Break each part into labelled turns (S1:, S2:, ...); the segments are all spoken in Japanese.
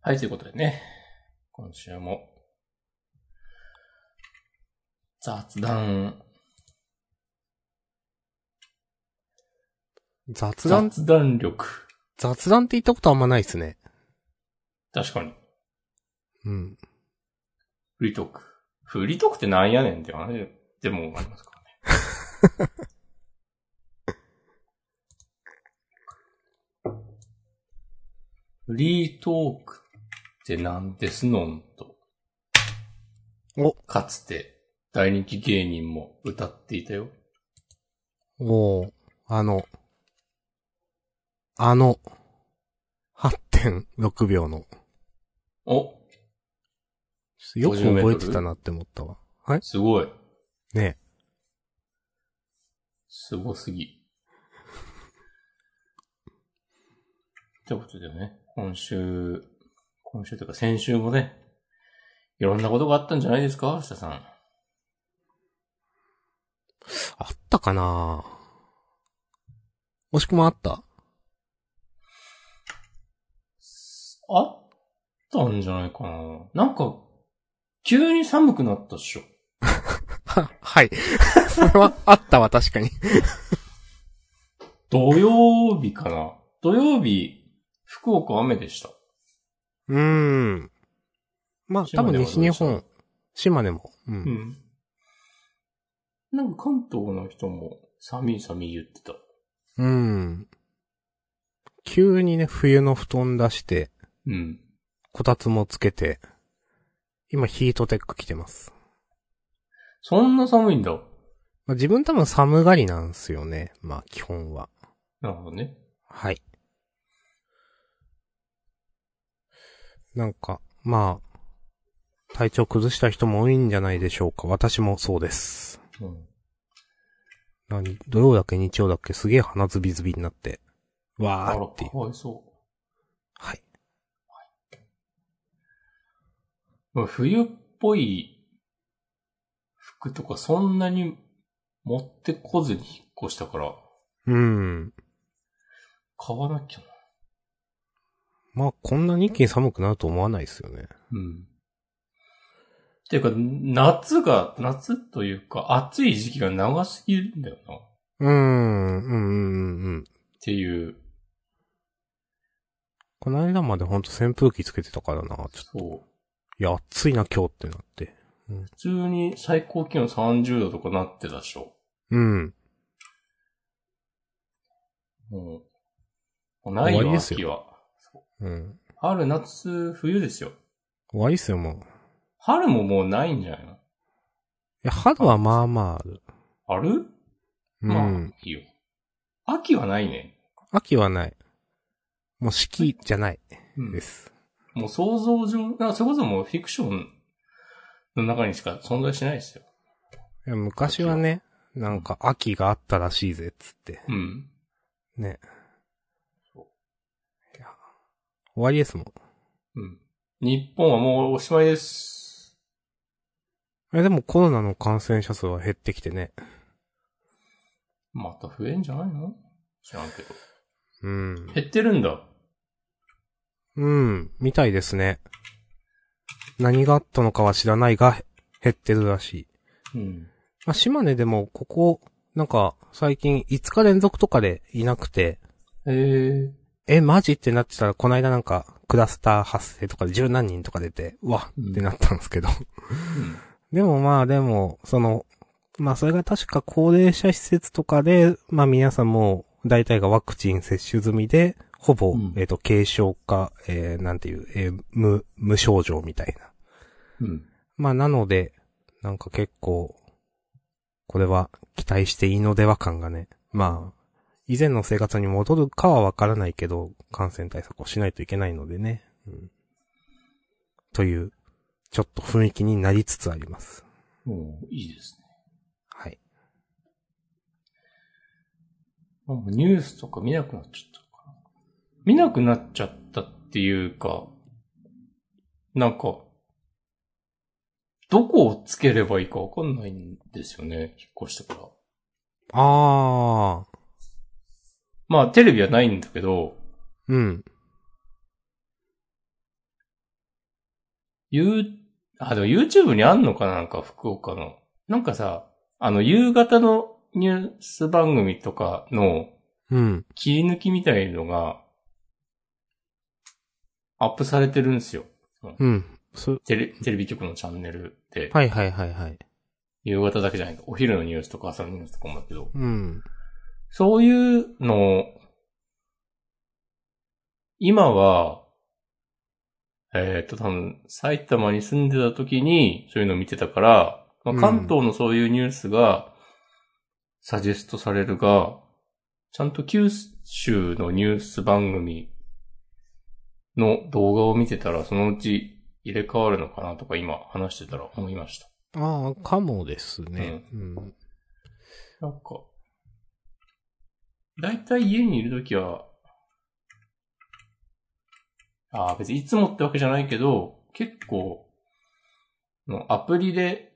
S1: はい、ということでね。今週も、雑談、
S2: 雑談、
S1: 雑談力。
S2: 雑談って言ったことあんまないですね。
S1: 確かに。
S2: うん。
S1: フリートーク。フリートークってなんやねんって話でもありますからね。 フリートークってなんですのんと。
S2: お
S1: かつて大人気芸人も歌っていたよ。
S2: おーあの、あの、8.6秒の、
S1: お
S2: よく覚えてたなって思ったわ。はい
S1: すごい。
S2: ね
S1: すごすぎ。ってことでね、今週、今週というか先週もね、いろんなことがあったんじゃないですか明日さん。
S2: えあったかな惜しくもあった
S1: あったんじゃないかななんか、急に寒くなったっしょ。
S2: は、はい。 それは、あったわ、確かに。
S1: 土曜日かな土曜日、福岡雨でした。
S2: うーん。まあ、多分西日
S1: 島根はどうで
S2: 本、島根も。う。
S1: うんん。なんか関東の人も、寒い寒い言ってた。
S2: うん。急にね、冬の布団出して、
S1: うん。
S2: こたつもつけて、今ヒートテック着てます。
S1: そんな寒いんだ。
S2: まあ、自分多分寒がりなんですよね。まあ基本は。
S1: なるほどね。
S2: はい。なんか、まあ、体調崩した人も多いんじゃないでしょうか。私もそうです。
S1: うん。
S2: 何土曜だっけ日曜だっけすげえ鼻ズビズビになって。
S1: あ
S2: わ
S1: ら、
S2: ーって
S1: か
S2: いう。
S1: わいそ
S2: はい。
S1: う。冬っぽい服とかそんなに持ってこずに引っ越したから、
S2: うん。
S1: 買わなきゃな。
S2: まあこんなに一気に寒くなると思わないですよね。
S1: うん。っていうか、夏が、夏というか、暑い時期が長すぎるんだよな。っ
S2: うーん、うん、うん、うん。
S1: ていう、
S2: この間までほんと扇風機つけてたからな、ちょっと。
S1: そう。
S2: いや、暑いな、今日ってなって。
S1: 普通に最高気温30度とかなってたでしょ。
S2: うん。
S1: もう、もうないよ、
S2: 終わりですよ
S1: 秋は。そう
S2: うん。
S1: 春、夏、冬ですよ。
S2: 終わりっすよ、もう。い
S1: 春ももうないんじゃないの
S2: や、春はまあまあある。
S1: ある
S2: う
S1: まあ
S2: ん。、
S1: いいよ。秋はないね。
S2: 秋はない。もう四季じゃない
S1: うん
S2: です。
S1: もう想像上、なそれこそもうフィクションの中にしか存在しないですよ。
S2: いや昔はね、なんか秋があったらしいぜ、つって。
S1: うん。
S2: ね
S1: そう。
S2: いや終わりですもん。
S1: うん。日本はもうおしまいです。
S2: え、でもコロナの感染者数は減ってきてね。
S1: また増えんじゃないの知らんけど。
S2: うん。
S1: 減ってるんだ。
S2: うん、みたいですね。何があったのかは知らないが、減ってるらしい。
S1: うん。
S2: まあ、島根でも、ここ、なんか、最近5日連続とかでいなくて、
S1: えー、
S2: え、マジってなってたら、この間なんか、クラスター発生とかで十何人とか出て、うわ
S1: うん
S2: ってなったんですけど。でもまあ、でも、その、まあ、それが確か高齢者施設とかで、まあ、皆さんもう、大体がワクチン接種済みで、ほぼ、
S1: うん
S2: えっ、と、軽症か、えー、なんていう、えー無、無症状みたいな。
S1: うん。うん。
S2: まあなので、なんか結構、これは期待していいのでは感がね。まあ、以前の生活に戻るかはわからないけど、感染対策をしないといけないのでね。うん、という、ちょっと雰囲気になりつつあります。
S1: もういいですね。
S2: はい。
S1: もうニュースとか見なくなっちゃったから見なくなっちゃったっていうか、なんか、どこをつければいいかわかんないんですよね、引っ越してから。
S2: あー、
S1: まあ、テレビはないんだけど、
S2: うん。
S1: ゆあ、でも YouTube にあんのかななんか福岡の。なんかさ、あの、夕方のニュース番組とかの
S2: うん。
S1: 切り抜きみたいのが、アップされてるんですよ。
S2: うん。そ、
S1: テレテレビ局のチャンネルで、
S2: はいはいはいはい。
S1: 夕方だけじゃないお昼のニュースとか朝のニュースとかもだけど、
S2: うん。
S1: そういうの、今は、えっ、と、多分、埼玉に住んでた時に、そういうの見てたから、まあ
S2: うん
S1: 関東のそういうニュースが、サジェストされるが、ちゃんと九州のニュース番組の動画を見てたら、そのうち入れ替わるのかなとか今話してたら思いました。
S2: ああ、かもですね。うん。
S1: なんか、だいたい家にいるときは、ああ、別にいつもってわけじゃないけど、結構、のアプリで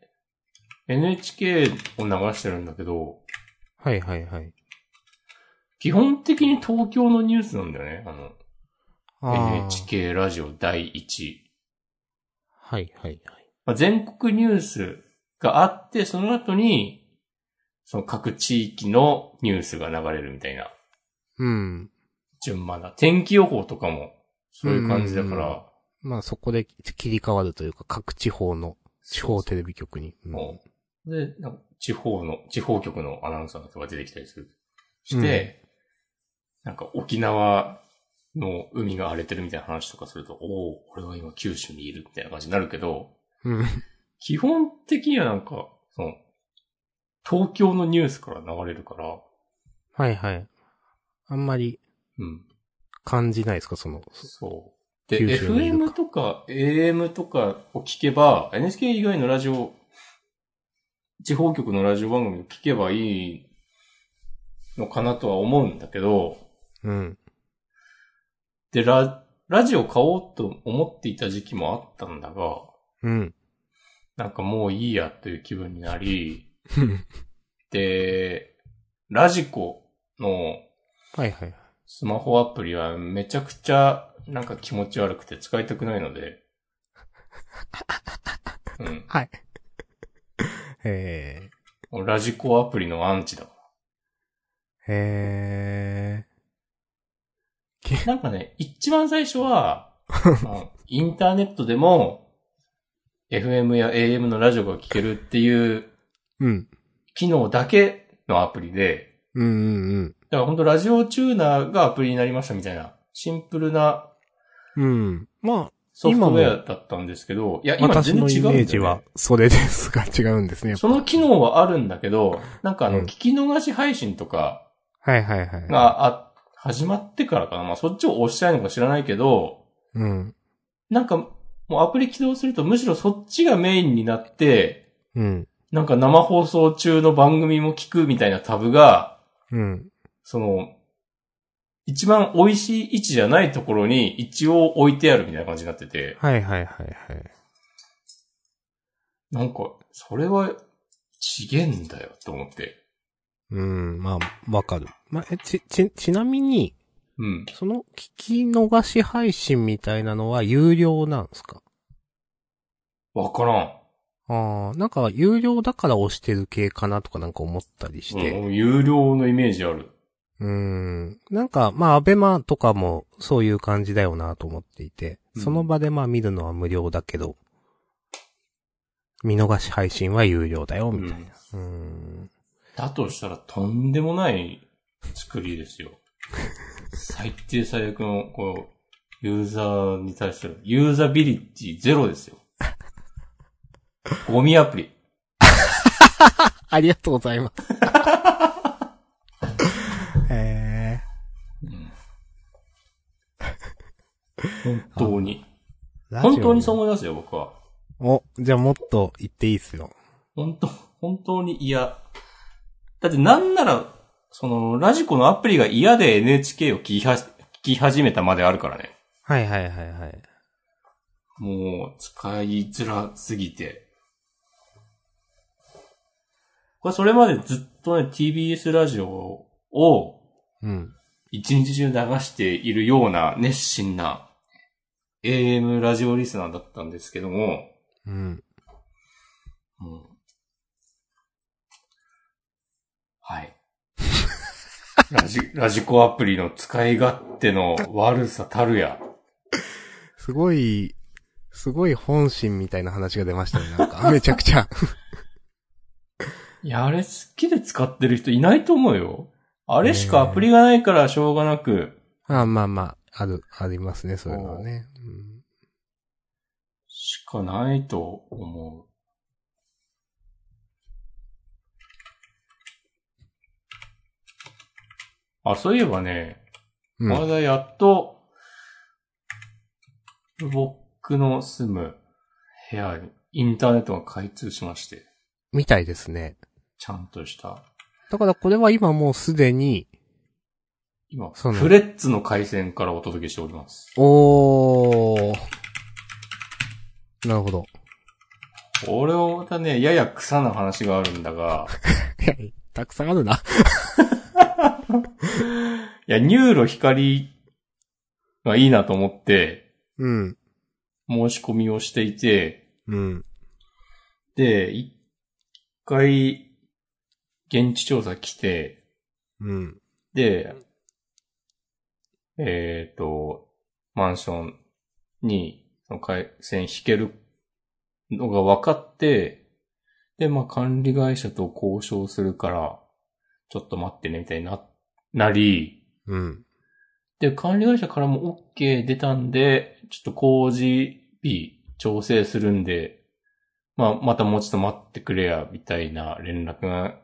S1: NHK を流してるんだけど、
S2: はいはいはい。
S1: 基本的に東京のニュースなんだよね。あの、
S2: ああ。
S1: NHK ラジオ第1。
S2: はいはいはい。
S1: まあ、全国ニュースがあって、その後に、その各地域のニュースが流れるみたいな。
S2: うん。
S1: 順番だ。天気予報とかも、そういう感じだか
S2: うんうん
S1: ら、
S2: まあそこで切り替わるというか、各地方の地方テレビ局に。うん
S1: もうで、なんか地方の、地方局のアナウンサーの人が出てきたりする。して、なんか沖縄の海が荒れてるみたいな話とかすると、おお俺は今九州にいるみたいな感じになるけど、
S2: うん。
S1: 基本的にはなんか、その、東京のニュースから流れるから、
S2: はいはい。あんまり
S1: うん、
S2: 感じないですか、その。
S1: そう。で、
S2: 九州にいる
S1: FM とか AM とかを聞けば、NHK 以外のラジオ、地方局のラジオ番組を聞けばいいのかなとは思うんだけど、
S2: うん。
S1: で、ラ、ラジオ買おうと思っていた時期もあったんだが、
S2: うん。
S1: なんかもういいやという気分になり、で、ラジコの
S2: はいはいはい。
S1: スマホアプリはめちゃくちゃなんか気持ち悪くて使いたくないので、うん
S2: はい。え
S1: 俺ラジコアプリのアンチだ。
S2: ー、え
S1: なんかね、一番最初 は、うんインターネットでも、FM や AM のラジオが聴けるっていう
S2: ー、うん。
S1: 機能だけのアプリで、
S2: うんうん
S1: だから本当ラジオチューナーがアプリになりましたみたいな、シンプルな
S2: うん。うん。ま
S1: ソフトウェアだったんですけど、いや、
S2: あ、
S1: 今
S2: 私
S1: 全然違うんだ
S2: のイ
S1: よ、ね。
S2: メージは、それですが 違うんですね。やっぱ
S1: その機能はあるんだけど、なんかあの、
S2: うん
S1: 聞き逃し配信とか
S2: はいはいはい。
S1: が、あ、始まってからかな。まあ、そっちを押したいのか知らないけど、
S2: うん。
S1: なんか、もうアプリ起動するとむしろそっちがメインになって、
S2: うん。
S1: なんか生放送中の番組も聞くみたいなタブが、
S2: うん。
S1: その、一番美味しい位置じゃないところに一応置いてあるみたいな感じになってて、
S2: はいはいはいはい。
S1: なんか、それは、ちげえんだよ、と思って。
S2: うん。まあ、わかる。まあ、えち、ち、ちなみに、
S1: うん。
S2: その聞き逃し配信みたいなのは有料なんですか
S1: わからん。
S2: ああ、なんか有料だから押してる系かなとかなんか思ったりして。
S1: うん、有料のイメージある。
S2: うーん。なんか、まあ、アベマとかもそういう感じだよなと思っていて、
S1: うん
S2: その場でまあ見るのは無料だけど、見逃し配信は有料だよ、みたいな。うーん。
S1: だとしたらとんでもない作りですよ。最低最悪の、こう、ユーザーに対する、ユーザビリティゼロですよ。ゴミアプリ。
S2: ありがとうございます。 えー、
S1: 本当に。
S2: ラジオ
S1: 本当にそう思いますよ、僕は。
S2: お、じゃあもっと言っていいっすよ。
S1: 本当、本当に嫌。だってなんなら、その、ラジコのアプリが嫌で NHK を聞きは聞き始めたまであるからね。
S2: はいはいはいはい。
S1: もう、使いづらすぎて。これ、それまでずっとね、TBS ラジオを、
S2: うん。
S1: 一日中流しているような熱心な AM ラジオリスナーだったんですけども、
S2: うん。
S1: もうはい。ラジ、ラジコアプリの使い勝手の悪さたるや。
S2: すごい、すごい本心みたいな話が出ましたね。なんか、め ちゃくちゃ。
S1: いや、あれ好きで使ってる人いないと思うよ。あれしかアプリがないからしょうがなく、
S2: あまあまあ、ある、ありますね、そういうのはね。うん
S1: しかないと思う。あ、そういえばね、
S2: うん。
S1: まだやっと、僕の住む部屋にインターネットが開通しまして、
S2: みたいですね。
S1: ちゃんとした。
S2: だからこれは今もうすでに、
S1: 今、
S2: その
S1: フレッツの回線からお届けしております。
S2: おー。なるほど。
S1: 俺はまたね、やや草な話があるんだが、
S2: いやたくさんあるな。
S1: いや、ニューロ光がいいなと思って、
S2: うん。
S1: 申し込みをしていて、
S2: うん。
S1: で、一回、現地調査来て、
S2: うん。
S1: で、えっ、と、マンションに、その回線引けるのが分かって、で、まあ管理会社と交渉するから、ちょっと待ってね、みたいにな、なり、
S2: うん。
S1: で、管理会社からも OK 出たんで、ちょっと工事日調整するんで、まあ、またもうちょっと待ってくれや、みたいな連絡が、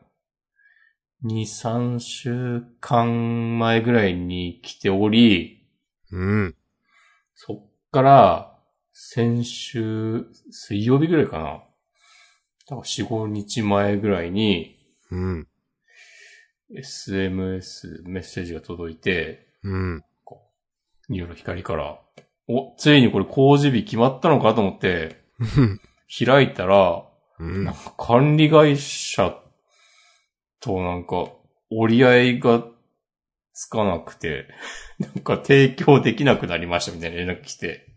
S1: 2、3週間前ぐらいに来ており、
S2: うん。
S1: そっから、先週、水曜日ぐらいかな。だから4、5日前ぐらいに、
S2: うん。
S1: SMS メッセージが届いて、
S2: うん。
S1: ニューロ光から、お、ついにこれ工事日決まったのかと思 って、開いたら、
S2: うん
S1: なん。か管理会社となんか折り合いがつかなくて、 なんか提供できなくなりましたみたいな連絡来 て、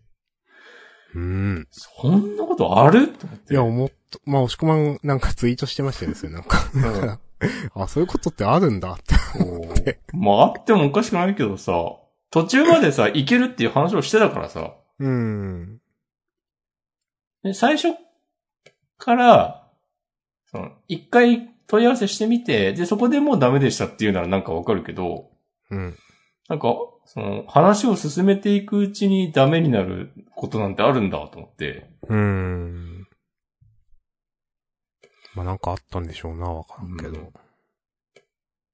S2: うん。
S1: そんなことあると思って。
S2: いや、思っと、まあ、押し込まんなんかツイートしてましたよね、それ なんか。だから、あ、そういうことってあるんだって。
S1: こうまああってもおかしくないけどさ、途中までさ、行けるっていう話をしてたからさ、
S2: うん。
S1: で最初から、その、一回問い合わせしてみて、で、そこでもうダメでしたっていうならなんかわかるけど、
S2: うん。
S1: なんか、その、話を進めていくうちにダメになることなんてあるんだと思って。
S2: うん。まあ、なんかあったんでしょうな、わからんけど。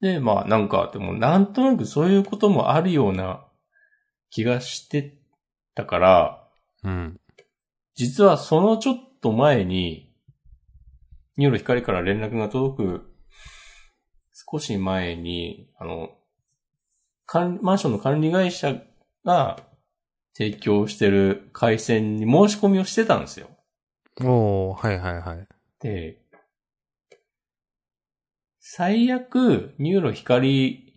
S1: で、まあ、なんか、でも、なんとなくそういうこともあるような気がしてたから、
S2: うん。
S1: 実はそのちょっと前に、ニューロ光から連絡が届く少し前に、あの、管マンションの管理会社が提供してる回線に申し込みをしてたんですよ。
S2: おー、はいはいはい。
S1: で、最悪、ニューロ光、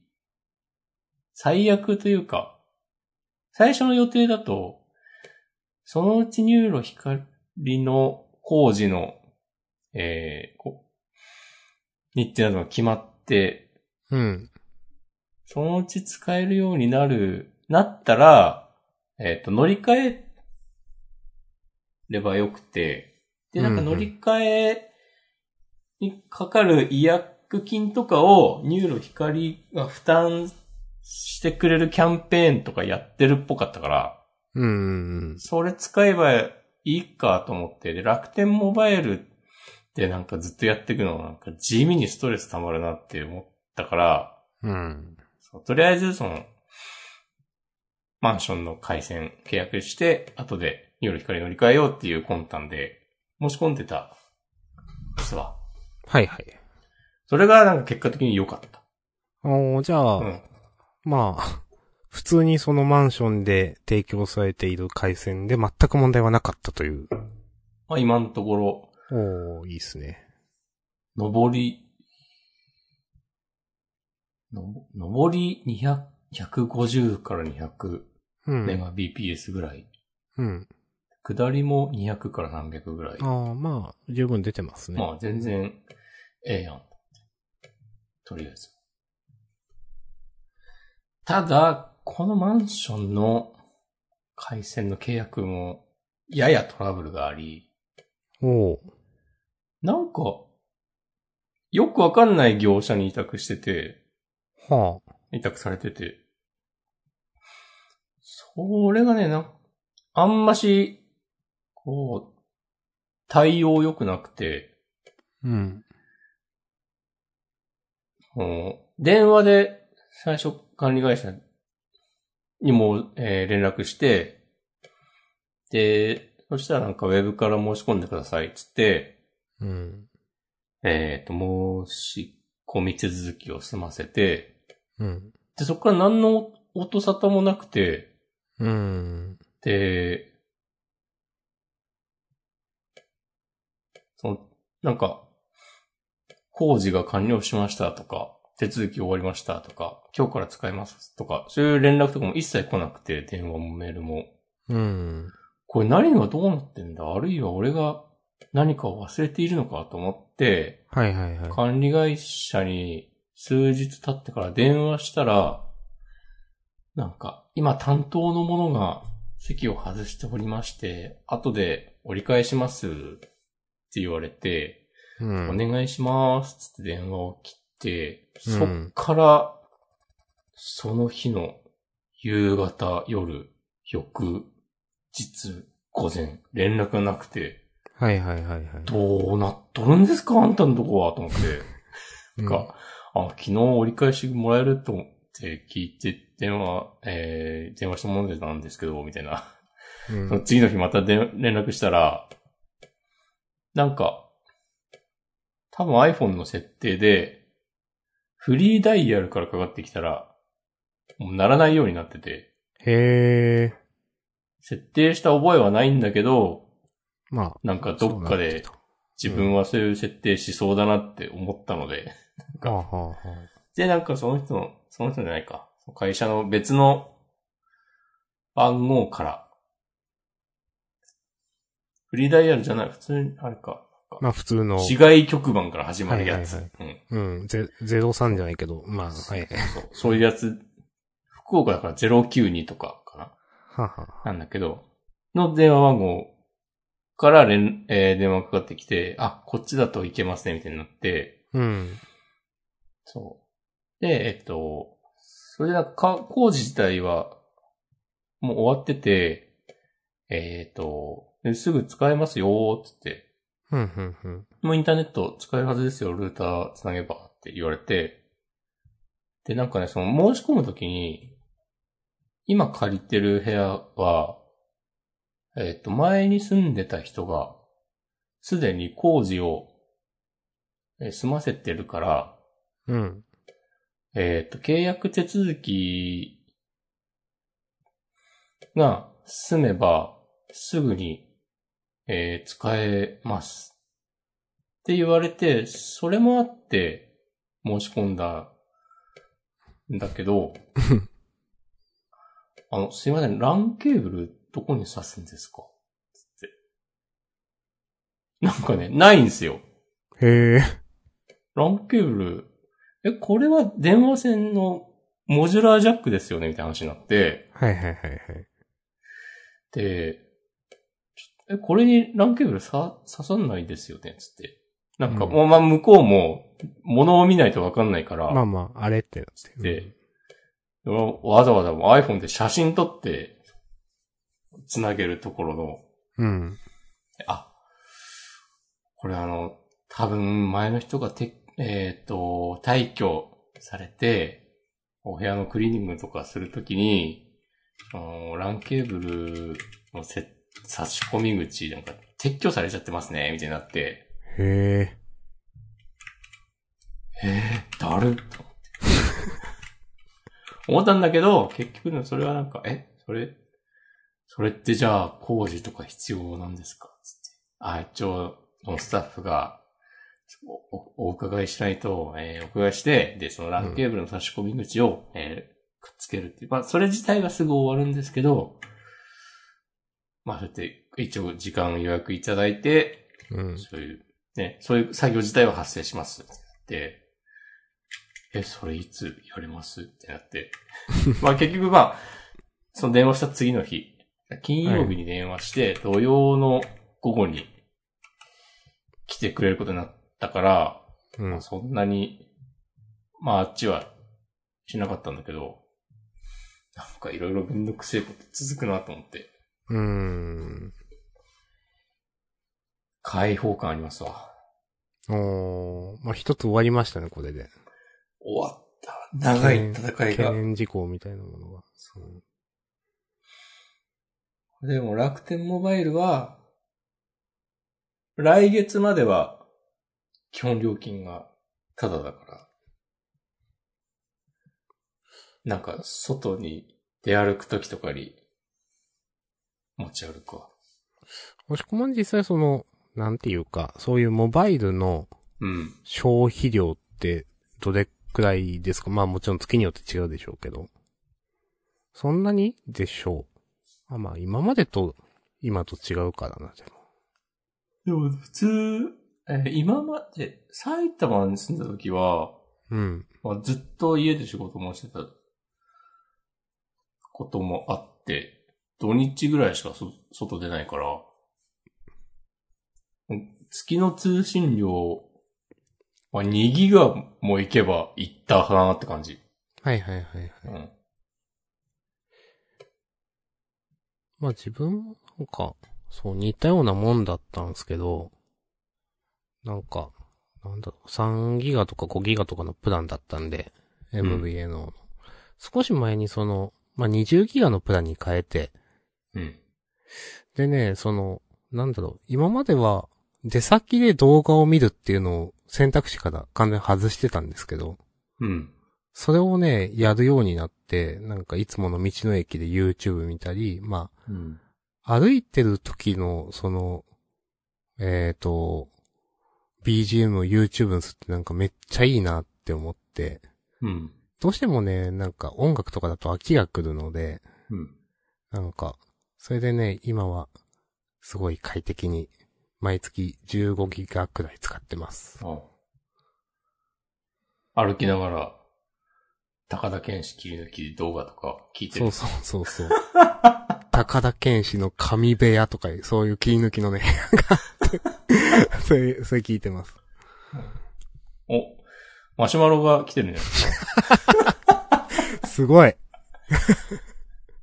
S1: 最悪というか、最初の予定だと、そのうちニューロ光の工事の、えー、こ日程などが決まって、
S2: うん。
S1: そのうち使えるようになる、なったら、えっ、と、乗り換えればよくて、で、なんか
S2: うんう
S1: 乗
S2: ん
S1: り換えにかかる違約金とかをニューロ光が負担してくれるキャンペーンとかやってるっぽかったから、
S2: うんうん
S1: それ使えばいいかと思って、で、楽天モバイルでなんかずっとやっていくのなんか地味にストレス溜まるなって思ったから、
S2: うん。うん。
S1: そうとりあえず、その、マンションの回線契約して、後で夜光乗り換えようっていう魂胆で申し込んでたですわ。
S2: はいはい。
S1: それがなんか結果的に良かった。
S2: おー、じゃあ、
S1: うん。
S2: まあ、普通にそのマンションで提供されている回線で全く問題はなかったという。
S1: まあ今のところ、
S2: おー、いいっすね。
S1: 上り、の上り200、150から200
S2: うん。
S1: メガ BPS ぐらい
S2: うん。
S1: 下りも200から何百ぐらい。
S2: ああ、まあ、十分出てますね。
S1: まあ全然、ええやん。とりあえず。ただ、このマンションの回線の契約も、ややトラブルがあり、
S2: おう
S1: なんか、よくわかんない業者に委託してて、
S2: はあ。
S1: 委託されてて。それがね、な、あんまし、こう、対応良くなくて、
S2: うん。
S1: もう電話で最初管理会社にも、えー連絡して、で、そしたらなんかウェブから申し込んでくださいっつって、
S2: うん。
S1: えっ、と、申し込み手続きを済ませて、
S2: うん。
S1: で、そこから何の音沙汰もなくて、
S2: うん。
S1: で、その、なんか、工事が完了しましたとか、手続き終わりましたとか、今日から使えますとか、そういう連絡とかも一切来なくて、電話もメールも。
S2: うん。
S1: これ何がどうなってんだあるいは俺が何かを忘れているのかと思って、
S2: はいはいはい。
S1: 管理会社に数日経ってから電話したら、なんか、今担当の者が席を外しておりまして、後で折り返しますって言われて、
S2: うん。
S1: お願いしますって電話を切って、
S2: うん
S1: そっから、その日の夕方、夜、翌日、午前、連絡がなくて、
S2: はいはいはいはい。
S1: どうなっとるんですかあんたのとこはと思って。
S2: うん
S1: か、あ、昨日折り返しもらえると思って聞いて、電話、えー、電話したものでなんですけど、みたいな。
S2: う
S1: その
S2: ん。
S1: 次の日またで連絡したら、なんか、多分 iPhone の設定で、フリーダイヤルからかかってきたら、もう鳴らないようになってて、
S2: へえ。
S1: 設定した覚えはないんだけど、
S2: まあ。
S1: なんかどっかで
S2: そうなて
S1: 自分はそういう設定しそうだなって思ったので、
S2: きた。はあはあはあ。
S1: で、なんかその人の、その人じゃないか。会社の別の番号から。フリーダイヤルじゃない、普通に、あれか。
S2: まあ普通の。
S1: 市外局番から始まるやつ。
S2: はい
S1: うん
S2: うん。ゼ、ゼロ三じゃないけど、まあ、はい。
S1: そう。そういうやつ。福岡だから092とかか
S2: はあはあ。
S1: ななんだけど、の電話番号から連、えー電話かかってきて、あ、こっちだといけますね、みたいになって、
S2: うん。
S1: そう。で、えっと、それでなんかか、工事自体は、もう終わってて、えっと、ですぐ使えますよ、つって。
S2: うん、うん、うん。
S1: もうインターネット使えるはずですよ、ルーターつなげばって言われて。で、なんかね、その申し込むときに、今借りてる部屋は、えっ、と、前に住んでた人が、すでに工事を、えー済ませてるから、
S2: うん。
S1: えっ、と、契約手続きが済めば、すぐに、えー使えます。って言われて、それもあって、申し込んだ、んだけど、あの、すいません、LAN ケーブルどこに挿すんですかつって。なんかね、ないんですよ。
S2: へえ。
S1: ランケーブル、え、これは電話線のモジュラージャックですよねみたいな話になって、
S2: はいはいはいはい。
S1: で、ちょえ、これにランケーブルさ、刺さんないですよねつって。なんか、
S2: うん
S1: もうまあ、向こうも、物を見ないとわかんないから、
S2: まあまあ、あれってなって。
S1: で、わざわざもう iPhone で写真撮って、つなげるところの、
S2: うん。
S1: あ、これあの、多分前の人がて、えっ、と、退去されて、お部屋のクリーニングとかするときに、あのランケーブルのせ差し込み口、なんか撤去されちゃってますね、みたいになって、
S2: へえ。
S1: えー、だるっと思って。思ったんだけど、結局ね、それはなんか、え、それ、それってじゃあ工事とか必要なんですかつって。あ、一応、そのスタッフが、お、おお伺いしないと、えーお伺いして、で、そのランケーブルの差し込み口を、えーくっつけるっていう。まあ、それ自体はすぐ終わるんですけど、まあ、そうやって、一応時間予約いただいて、
S2: うん。
S1: そういう、ね、そういう作業自体は発生しますって言って、え、それいつやれますってな って。まあ結局まあ、その電話した次の日、金曜日に電話して、土曜の午後に来てくれることになったから、
S2: うん
S1: まあ。そんなに、まああっちはしなかったんだけど、なんかいろいろめんどくせえこと続くなと思って、
S2: うーん。
S1: 解放感ありますわ。
S2: おー、まあ、一つ終わりましたね、これで。
S1: 終わった。長い戦い
S2: 懸
S1: が。
S2: 念事項みたいなものが。そう
S1: でも楽天モバイルは、来月までは、基本料金がタダだから。なんか、外に出歩くときとかに、持ち歩くわ。
S2: もしくも実際その、なんていうか、そういうモバイルの
S1: うん。
S2: 消費量ってどれくらいですかまあもちろん月によって違うでしょうけど。そんなにでしょう。あまあ今までと、今と違うからな、でも。
S1: でも、普通、えー今まで、埼玉に住んだときは、
S2: うん。
S1: まあ、ずっと家で仕事もしてたこともあって、土日ぐらいしかそ外出ないから、うん月の通信量、まあ、2ギガも行けば行ったかなって感じ。
S2: はいはいはいはい。
S1: うん。
S2: まあ自分もなんか、そう似たようなもんだったんですけど、なんか、なんだろう、3ギガとか5ギガとかのプランだったんで、
S1: ん
S2: MVA の。少し前にその、まあ20ギガのプランに変えて、
S1: うん。
S2: でね、その、なんだろう、今までは出先で動画を見るっていうのを選択肢から完全に外してたんですけど、
S1: うん。
S2: それをね、やるようになって、なんかいつもの道の駅で YouTube 見たり、まあ、
S1: うん。
S2: 歩いてる時の、その、えっ、と、BGM を YouTube にするってなんかめっちゃいいなって思って、
S1: うん。
S2: どうしてもね、なんか音楽とかだと飽きが来るので、
S1: うん。
S2: なんか、それでね、今は、すごい快適に、毎月15ギガくらい使ってます。
S1: あ歩きながら、高田健士切り抜き動画とか聞いて
S2: そ
S1: る
S2: う。そうそうそう。 高田健士の神部屋とか、そういう切り抜きのね、があって それ、それ聞いてます。
S1: お、マシュマロが来てるね。
S2: すごい。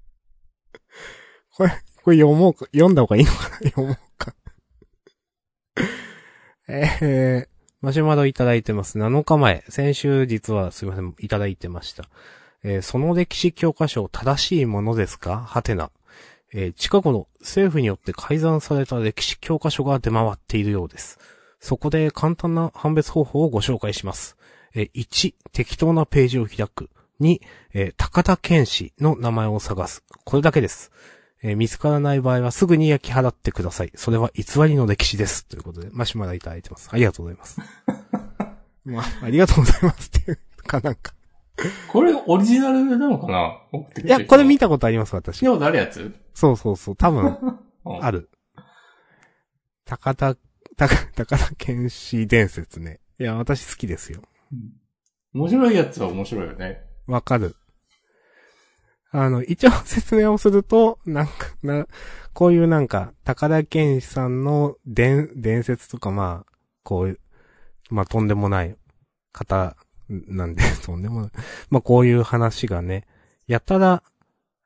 S2: これ、これ読もうか、読んだ方がいいのかな 読もうか。えー、マシュマロいただいてます。7日前、先週実はすいません、いただいてました。えーその歴史教科書正しいものですかはてな。えー近頃政府によって改ざんされた歴史教科書が出回っているようです。そこで簡単な判別方法をご紹介します。えー1、適当なページを開く。2、えー高田健士の名前を探す。これだけです。えー見つからない場合はすぐに焼き払ってください。それは偽りの歴史です。ということで、マシュマロいただいてます。ありがとうござい ます。まあ、ありがとうございますっていうかなんか。
S1: これオリジナルなのかな
S2: いや、これ見
S1: た。
S2: たことあります、私。
S1: ようあるやつ
S2: そうそうそう、多分、
S1: うん
S2: ある。高田、高高田健士伝説ね。いや、私好きですよ。
S1: 面白いやつは面白いよね。
S2: わかる。あの、一応説明をすると、なんか、な、こういうなんか、高田健士さんの伝、伝説とか、まあ、こういう、まあ、とんでもない方なんで、 とんでもない。まあ、こういう話がね、やたら、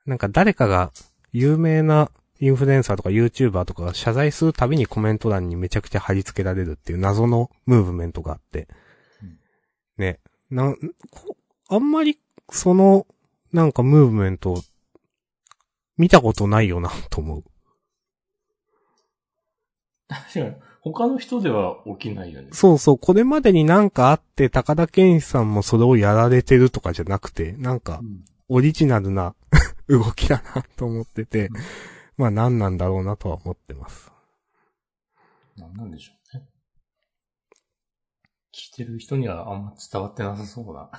S2: なんか誰かが、有名なインフルエンサーとか YouTuber とかが謝罪するたびにコメント欄にめちゃくちゃ貼り付けられるっていう謎のムーブメントがあって
S1: うん。
S2: ね、な、こあんまりその、なんかムーブメント、見たことないよな、と思う。
S1: 確かに。他の人では起きないよね。
S2: そうそう、これまでになんかあって、高田健志さんもそれをやられてるとかじゃなくて、なんか
S1: う、ん
S2: オリジナルな 動きだな、と思ってて
S1: うん、
S2: まあ何なんだろうなとは思ってます。
S1: なんなんでしょうね。聞いてる人にはあんま伝わってなさそうな。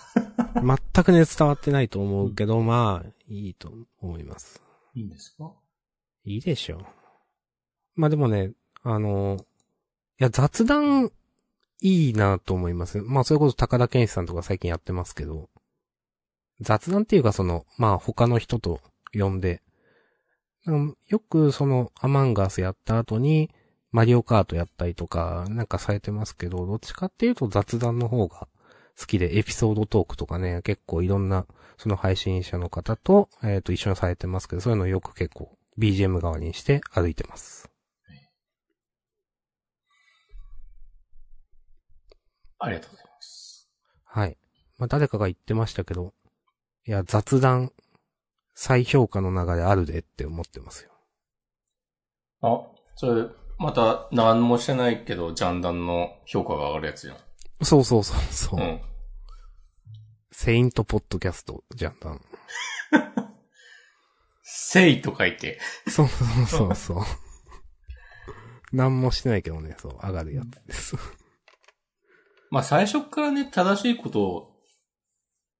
S2: 全くね、伝わってないと思うけど、まあ、いいと思います。
S1: いいんですか
S2: いいでしょう。まあでもね、あの、いや、雑談、いいなと思います。まあ、それこそ高田健一さんとか最近やってますけど、雑談っていうかその、まあ、他の人と呼んで、なんかよくその、アマンガースやった後に、マリオカートやったりとか、なんかされてますけど、どっちかっていうと雑談の方が好きで、エピソードトークとかね、結構いろんな、その配信者の方と、えっ、と、一緒にされてますけど、そういうのをよく結構、BGM 側にして歩いてます。
S1: ありがとうございます。
S2: はい。まあ、誰かが言ってましたけど、いや、雑談、再評価の中であるでって思ってますよ。
S1: あ、それ、また何もしてないけど、ジャンダンの評価が上がるやつじゃん。
S2: そうそうそうそうう。
S1: ん。
S2: セイントポッドキャストじゃん。
S1: せいと書いて。
S2: そうそうそうそう。 何もしてないけどね、そう、上がるやつです。
S1: まあ最初からね、正しいことを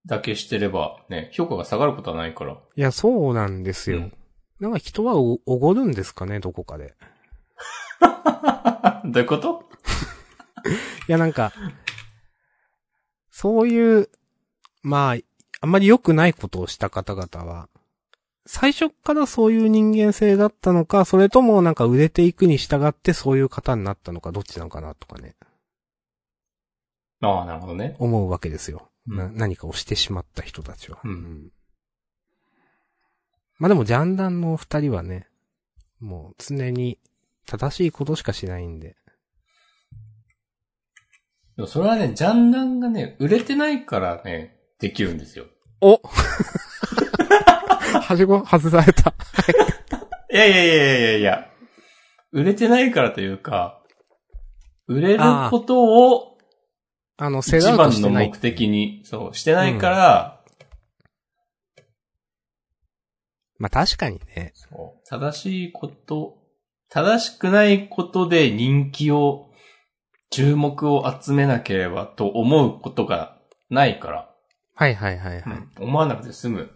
S1: だけしてれば、ね、評価が下がることはないから。
S2: いや、そうなんですよ。
S1: うん
S2: なんか人はおおごるんですかね、どこかで。
S1: どういうこと
S2: いや、なんか、そういう、まあ、あんまり良くないことをした方々は、最初からそういう人間性だったのか、それともなんか売れていくに従ってそういう方になったのか、どっちなのかなとかね、
S1: ああ、なるほどね。
S2: 思うわけですよ。な、
S1: うん
S2: 何かをしてしまった人たちは。
S1: うん
S2: まあでも、ジャンダンのお二人はね、もう常に正しいことしかしないん で。
S1: でもそれはね、ジャンダンがね、売れてないからね、できるんですよ。
S2: おはしご外された。
S1: いやいやいやいやいや売れてないからというか、売れることを
S2: あの、セ
S1: 一
S2: ラート
S1: 番
S2: し
S1: の
S2: てない
S1: 目。的に、そう、してないから、
S2: まあ確かにね。
S1: そう正しいこと、正しくないことで人気を、注目を集めなければと思うことがないから、
S2: はいはいはいは
S1: う
S2: い。
S1: ん思わなくて済む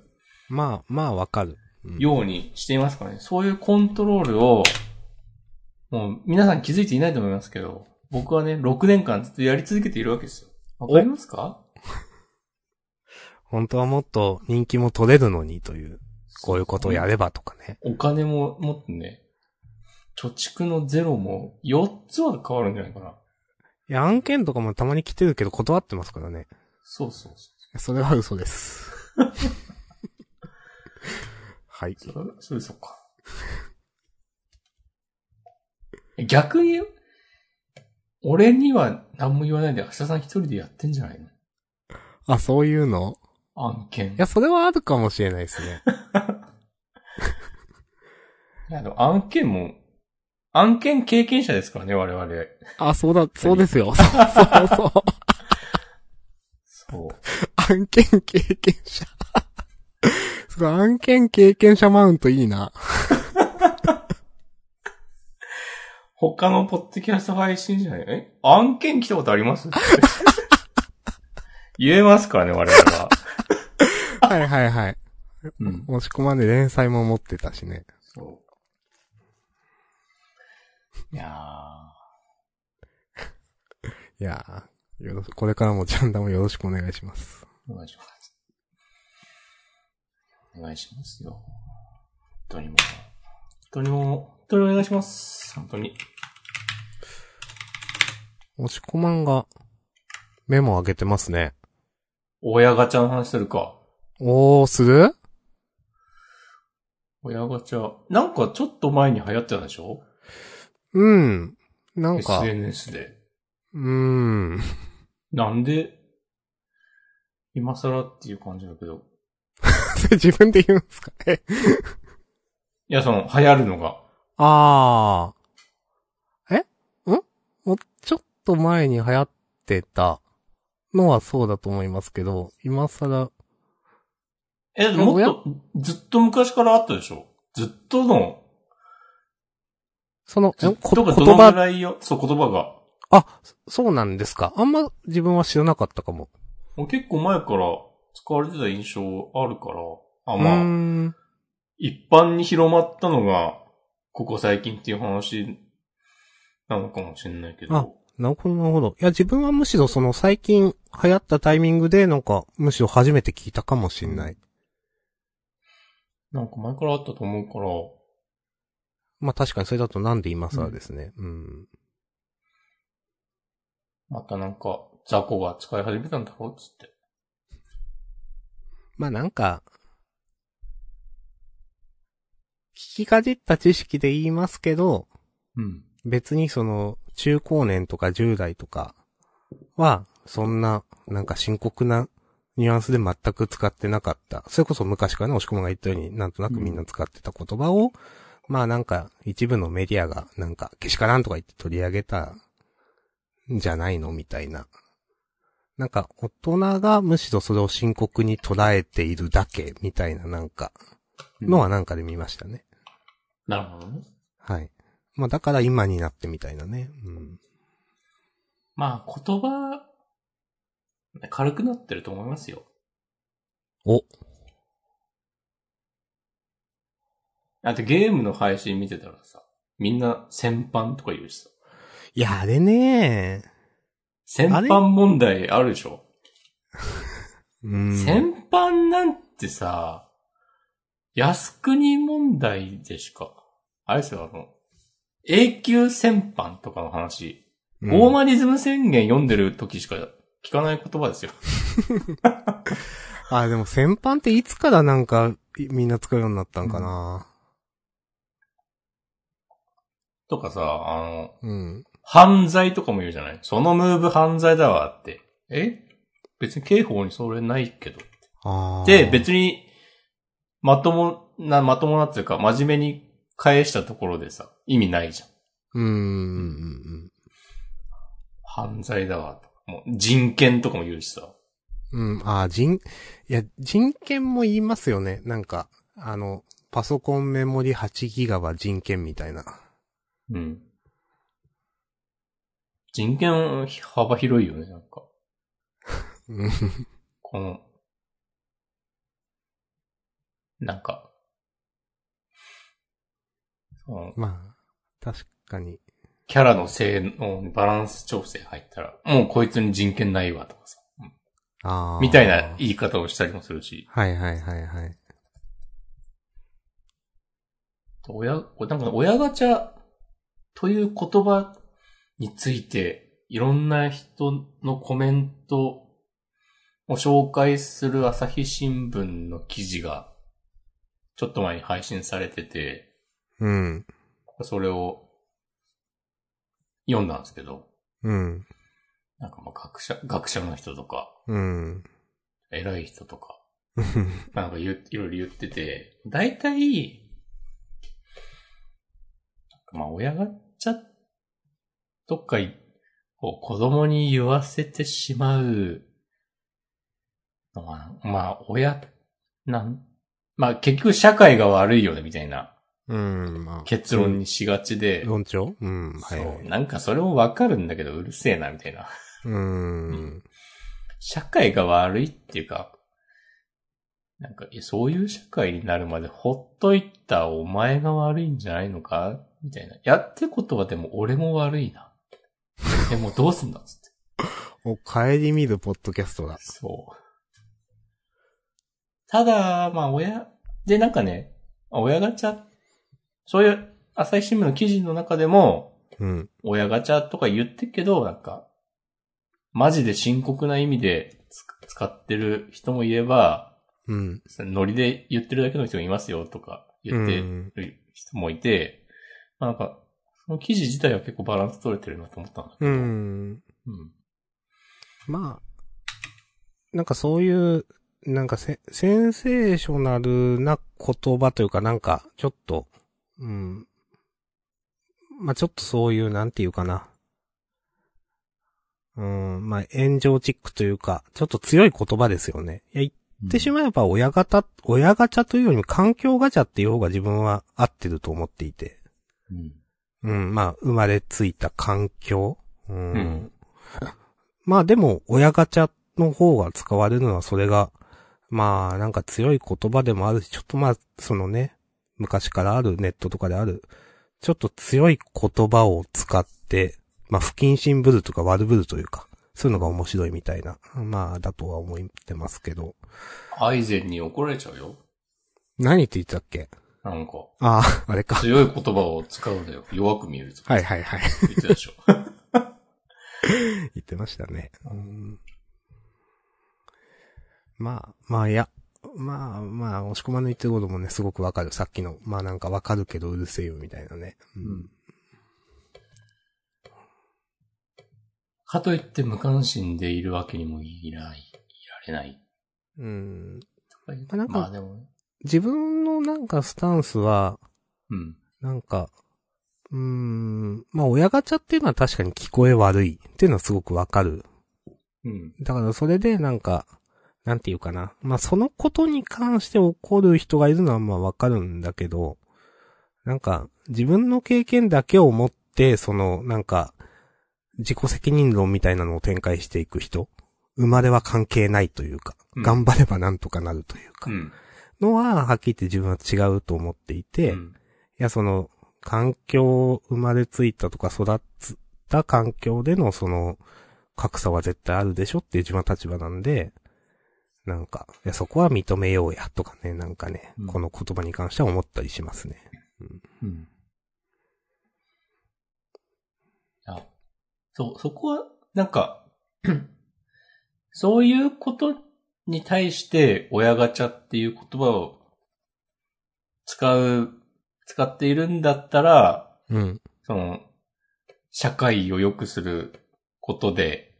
S2: まあまあわかる。うん
S1: ようにしていますからね。そういうコントロールを、もう皆さん気づいていないと思いますけど、僕はね、6年間ずっとやり続けているわけですよ。わかりますか
S2: 本当はもっと人気も取れるのにという、こういうことをやればとかね。
S1: お金ももっとね、貯蓄のゼロも4つは変わるんじゃないかな。
S2: いや、案件とかもたまに来てるけど断ってますからね。
S1: そうそうそ
S2: それは嘘です。 はい。
S1: う。それ、それそっか。 逆に、俺には何も言わないで、明日さん一人でやってんじゃないの
S2: あ、そういうの
S1: 案件。
S2: いや、それはあるかもしれないですね。
S1: いや、でも案件も、案件経験者ですからね、我々。
S2: あ、そうだ、 そうですよ。そうそうそう。
S1: そう。
S2: 案件経験者。 すごい、案件経験者マウントいい な。
S1: 他のポッドキャスト配信者に、え案件来たことありますって 言えますからね、我々は。
S2: はいはいはい。
S1: うん。
S2: 押し込まんで連載も持ってたしね。
S1: そう。いや
S2: いやー、よろしこれからもジャンダもよろしくお願いしま
S1: ー、
S2: す。
S1: お願いします。お願いしますよ。本当にもう。本当にもう、本当にお願いします。本当に。
S2: 押し込まんが、メモ上げてますね。
S1: 親ガチャの話するか。
S2: おー、する
S1: 親ガチャ。なんかちょっと前に流行ってたでしょ
S2: うん。なんか、う
S1: ?SNS で。
S2: ーん。
S1: なんで、今更っていう感じだけど。
S2: それ自分で言うんですかね。
S1: いや、その、流行るのが。
S2: あー。えんもうちょっと前に流行ってたのはそうだと思いますけど、今更、
S1: え、もっと、ずっと昔からあったでしょずっとの、
S2: その、
S1: ずっ
S2: えこと
S1: がどの
S2: 言
S1: ぐ
S2: 葉、
S1: らいよ、そう、言葉が。
S2: あ、そうなんですか。あんま自分は知らなかったかも。
S1: もう結構前から使われてた印象あるから、あ、
S2: うー
S1: まあ、
S2: ん。
S1: 一般に広まったのが、ここ最近っていう話なのかもしれないけど。
S2: あなるほど、なるほど。いや、自分はむしろその最近流行ったタイミングで、なんか、むしろ初めて聞いたかもしんない。
S1: なんか前からあったと思うから、
S2: まあ確かにそれだとなんで今更ですね。うん。
S1: またなんか、雑魚が使い始めたんだろうっつって。
S2: まあなんか、聞きかじった知識で言いますけど、
S1: うん。
S2: 別にその、中高年とか10代とかは、そんな、なんか深刻なニュアンスで全く使ってなかった。それこそ昔からね、押し込まが言ったように、なんとなくみんな使ってた言葉を、まあなんか、一部のメディアが、なんか、けしからんとか言って取り上げた、んじゃないのみたいな。なんか、大人がむしろそれを深刻に捉えているだけ、みたいななんか、のはなんかで見ましたね。
S1: なるほどね。
S2: はい。まあだから今になってみたいなね。うん。
S1: まあ言葉、軽くなってると思いますよ。
S2: お。
S1: あとゲームの配信見てたらさ、みんな戦犯とか言うしさ。
S2: いや、あれね
S1: 戦犯問題あるでしょ
S2: うん。
S1: 戦犯なんてさ、靖国問題でしか、あれですよ、あの、永久戦犯とかの話、
S2: うん
S1: オーマニズム宣言読んでる時しか聞かない言葉ですよ。
S2: あ、でも先般っていつからなんか、いみんな使うようになったんかな
S1: とかさ、あの、
S2: うん。
S1: 犯罪とかも言うじゃないそのムーブ犯罪だわって。え別に刑法にそれないけど。
S2: ああ。
S1: で、別に、まともな、まともなっていうか、真面目に返したところでさ、意味ないじゃん。
S2: うんうんうん
S1: 犯罪だわとか。もう人権とかも言うしさ。
S2: うん。うん。あー人、いや、人権も言いますよね。なんか、あの、パソコンメモリ8ギガは人権みたいな。
S1: うん。人権幅広いよね、なんか。
S2: うん
S1: この、なんか、その
S2: まあ、確かに。
S1: キャラの性能、バランス調整入ったら、もうこいつに人権ないわとかさ、
S2: ああ。
S1: みたいな言い方をしたりもするし、
S2: はいはいはいはい。
S1: 親、なんか親ガチャという言葉について、いろんな人のコメントを紹介する朝日新聞の記事が、ちょっと前に配信されてて、
S2: うん。
S1: それを読んだんですけど、
S2: うん。
S1: なんかまあ学者、学者の人とか、
S2: うん。
S1: 偉い人とか、なんか言ういろいろ言ってて、大体、まあ親ガチャとかい、こう子供に言わせてしまうのは、まあ親、なん、まあ結局社会が悪いよねみたいな
S2: うん。まあ。
S1: 結論にしがちで、
S2: 論調うん。はいは
S1: そう、
S2: い。
S1: なんかそれもわかるんだけどうるせえなみたいな。
S2: うん。
S1: 社会が悪いっていうか、なんか、えそういう社会になるまでほっといたお前が悪いんじゃないのかみたいな。やってことはでも俺も悪いな。でもうどうすんだっつって。
S2: お、帰り見るポッドキャストだ。
S1: そう。ただ、まあ親、でなんかね、親ガチャ、そういう朝日新聞の記事の中でも、
S2: うん。
S1: 親ガチャとか言ってっけど、なんか、マジで深刻な意味でつ使ってる人もいれば、
S2: うん。
S1: そのノリで言ってるだけの人もいますよとか言って
S2: うん
S1: る人もいて、まあなんか、その記事自体は結構バランス取れてるなと思ったんだけ
S2: う
S1: ど。
S2: ん。
S1: うん
S2: まあ、なんかそういう、なんかセセンセーショナルな言葉というか、なんか、ちょっと、うん。まあちょっとそういう、なんていうかな。うん、まあ炎上チックというか、ちょっと強い言葉ですよね。いや、言ってしまえば親ガチャ、親ガチャというよりも環境ガチャっていう方が自分は合ってると思っていて。
S1: うん
S2: うん、まあ、生まれついた環境。うん。
S1: うん
S2: まあでも、親ガチャの方が使われるのはそれが、まあ、なんか強い言葉でもあるし、ちょっとまあ、そのね、昔からあるネットとかである、ちょっと強い言葉を使って、まあ、不謹慎ぶるとか悪ぶるというか、そういうのが面白いみたいな、まあ、だとは思ってますけど。
S1: アイゼンに怒られちゃうよ。
S2: 何って言ってたっけ
S1: なんか、
S2: ああ、あれか。
S1: 強い言葉を使うのよ。弱く見えるとか
S2: はいはいはい。
S1: 言ってたで しょ。
S2: 言ってましたね。うんまあ、まあいや、まあまあ、押し込まんの言ってることもね、すごくわかる。さっきの、まあなんかわかるけどうるせえよみたいなね。うん
S1: うんかといって無関心でいるわけにもいらない、いられない。
S2: うん
S1: ま
S2: あなんか
S1: まあでもね。
S2: 自分のなんかスタンスは、
S1: うん。
S2: なんか、うーん、まあ親ガチャっていうのは確かに聞こえ悪いっていうのはすごくわかる。
S1: うん。
S2: だからそれでなんか、なんていうかな。まあそのことに関して怒る人がいるのはまあわかるんだけど、なんか自分の経験だけを持って、そのなんか、自己責任論みたいなのを展開していく人、生まれは関係ないというか、
S1: うん
S2: 頑張ればなんとかなるというか
S1: う、ん。
S2: のははっきり言って自分は違うと思っていて、
S1: うん
S2: いや、その、環境、生まれついたとか育った環境でのその、格差は絶対あるでしょっていう自分の立場なんで、なんか、いや、そこは認めようや、とかね、なんかね、
S1: うん
S2: この言葉に関しては思ったりしますね。
S1: うん。あ、そう、そこは、なんか、そういうことに対して、親ガチャっていう言葉を使う、使っているんだったら、
S2: うん。
S1: その、社会を良くすることで、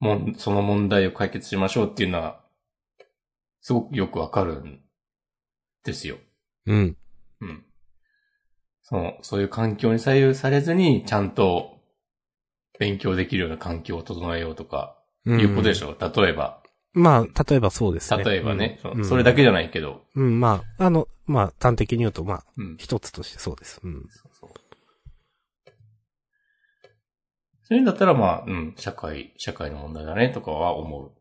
S1: もん、その問題を解決しましょうっていうのは、すごくよくわかるんですよ。
S2: うん。
S1: うん。その、そういう環境に左右されずに、ちゃんと勉強できるような環境を整えようとか、
S2: うん。
S1: いうことでしょ。例えば、
S2: まあ、例えばそうですね。
S1: 例えばね、
S2: うん
S1: そのそれだけ
S2: じ
S1: じゃないけど、
S2: ゃ、うん、まあ、あの、まあ、端的に言うと、まあ、
S1: うん。
S2: 一つとしてそうです。うん。
S1: そうそう。そういうんだったら、まあ、うん、社会、社会の問題だねとかは思う。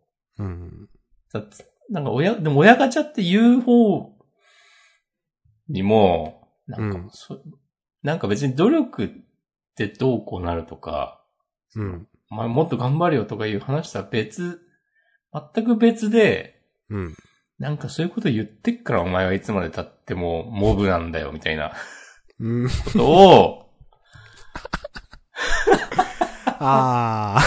S2: うん。
S1: だつなんか親、でも親ガチャって言う方にも、なん
S2: う
S1: か
S2: ん
S1: そ、なんか別に努力ってどうこうなるとか、
S2: うん。
S1: お前もっと頑張れよとかいう話とは別、全く別で、
S2: うん。
S1: なんかそういうこと言ってっからお前はいつまで経ってもモブなんだよみたいな
S2: うん。
S1: ことを、
S2: ああ。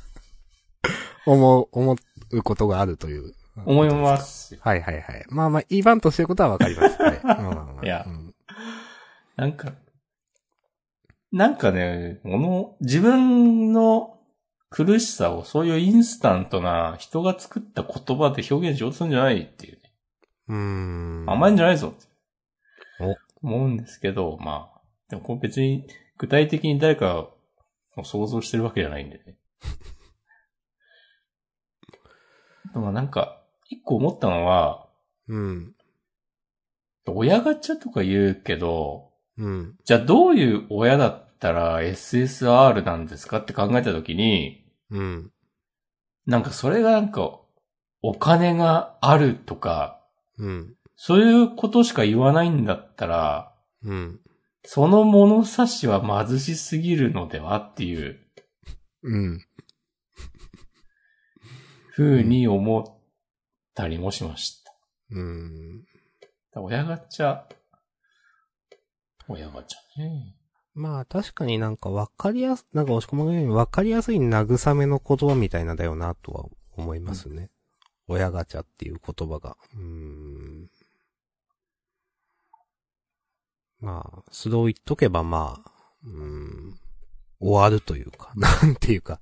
S2: 思う、思うことがあるという。
S1: 思います よ。
S2: はいはいはい。まあまあ、言わんとしてることはわかりま す。はい。まあまあまあ
S1: いや
S2: うん
S1: なんか、なんかね、この、自分の苦しさをそういうインスタントな人が作った言葉で表現しようとするんじゃないっていうね。
S2: うーん。
S1: 甘いんじゃないぞって。
S2: お
S1: 思うんですけど、まあ、でもこれ別に具体的に誰かを想像してるわけじゃないんでね。 あとまあなんか、一個思ったのは、
S2: うん。
S1: 親ガチャとか言うけど、
S2: うん。
S1: じゃあどういう親だったら SSR なんですかって考えたときに、
S2: うん。
S1: なんかそれがなんか、お金があるとか、
S2: うん。
S1: そういうことしか言わないんだったら、
S2: うん。
S1: その物差しは貧しすぎるのではっていう
S2: うん。
S1: 風に思ったりもしました。
S2: うん。
S1: だから親ガチャ、親ガチャね。
S2: まあ確かになんかわかりやす、なんか押し込まないようにわかりやすい慰めの言葉みたいなんだよなとは思いますね。親ガチャっていう言葉が。うーん。まあ、それを言っとけばまあ、うーん、終わるというか、 なんていうか、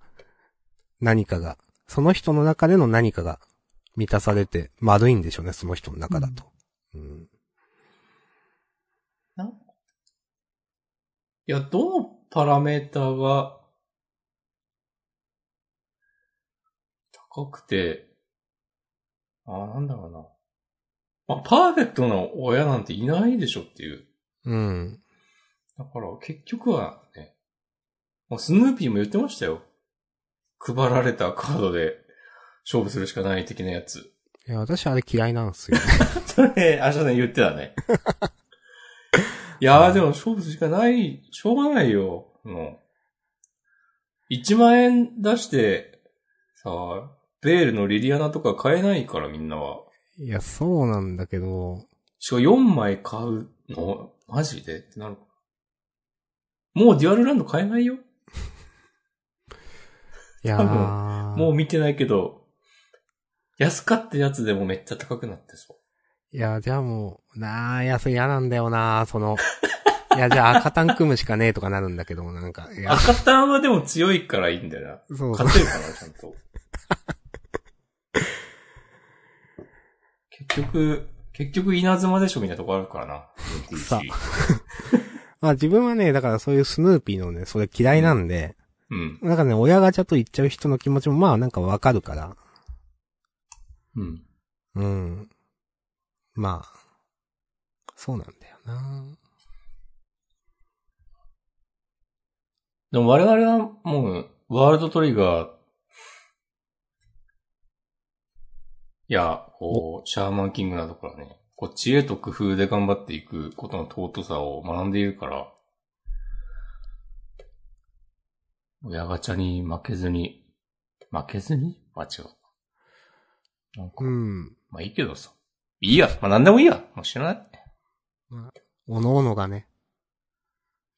S2: 何かが、その人の中での何かが満たされて丸いんでしょうね、その人の中だと。うん。
S1: いや、どのパラメーターが高くて、あ、なんだろうな。まあ、パーフェクトな親なんていないでしょっていう。
S2: うん。
S1: だから、結局はね、まあ、スヌーピーも言ってましたよ。配られたカードで勝負するしかない的なやつ。
S2: いや、私あれ嫌いなんですよ。
S1: それ、あしゃね言ってたね。 いやーでも勝負しかない、しょうがないよ。もう。1万円出して、さあ、ベールのリリアナとか買えないからみんなは。
S2: いや、そうなんだけど、
S1: しかも4枚買うのマジでってなる。もうデュアルランド買えないよ。
S2: いや
S1: 多
S2: ー、
S1: もう見てないけど、安かったやつでもめっちゃ高くなってそう。
S2: いや、じゃあもう、なあ、いや、それ嫌なんだよなあ、その、いや、じゃあ赤タン組むしかねえとかなるんだけど、なんか、いや、
S1: 赤タンはでも強いからいいんだよ
S2: そう
S1: な。
S2: そう
S1: 勝てるかな、ちゃん と。結局、結局稲妻でしょみたいなとこあるからな。
S2: さ
S1: DTC
S2: まあ自分はね、だからそういうスヌーピーのね、それ嫌いなんで、
S1: うん。
S2: なんかね、親ガチャと言っちゃう人の気持ちもまあなんかわかるから、
S1: うん。
S2: うん。まあ、そうなんだよな
S1: でも我々はもう、ワールドトリガー、いや、こう、シャーマンキングなどからね、こう、知恵と工夫で頑張っていくことの尊さを学んでいるから、親ガチャに負けずに、負けずに間違う。なんか、
S2: うん。
S1: まあいいけどさ。いいや。まあなんでもいいや。もう知らない。
S2: おのおのがね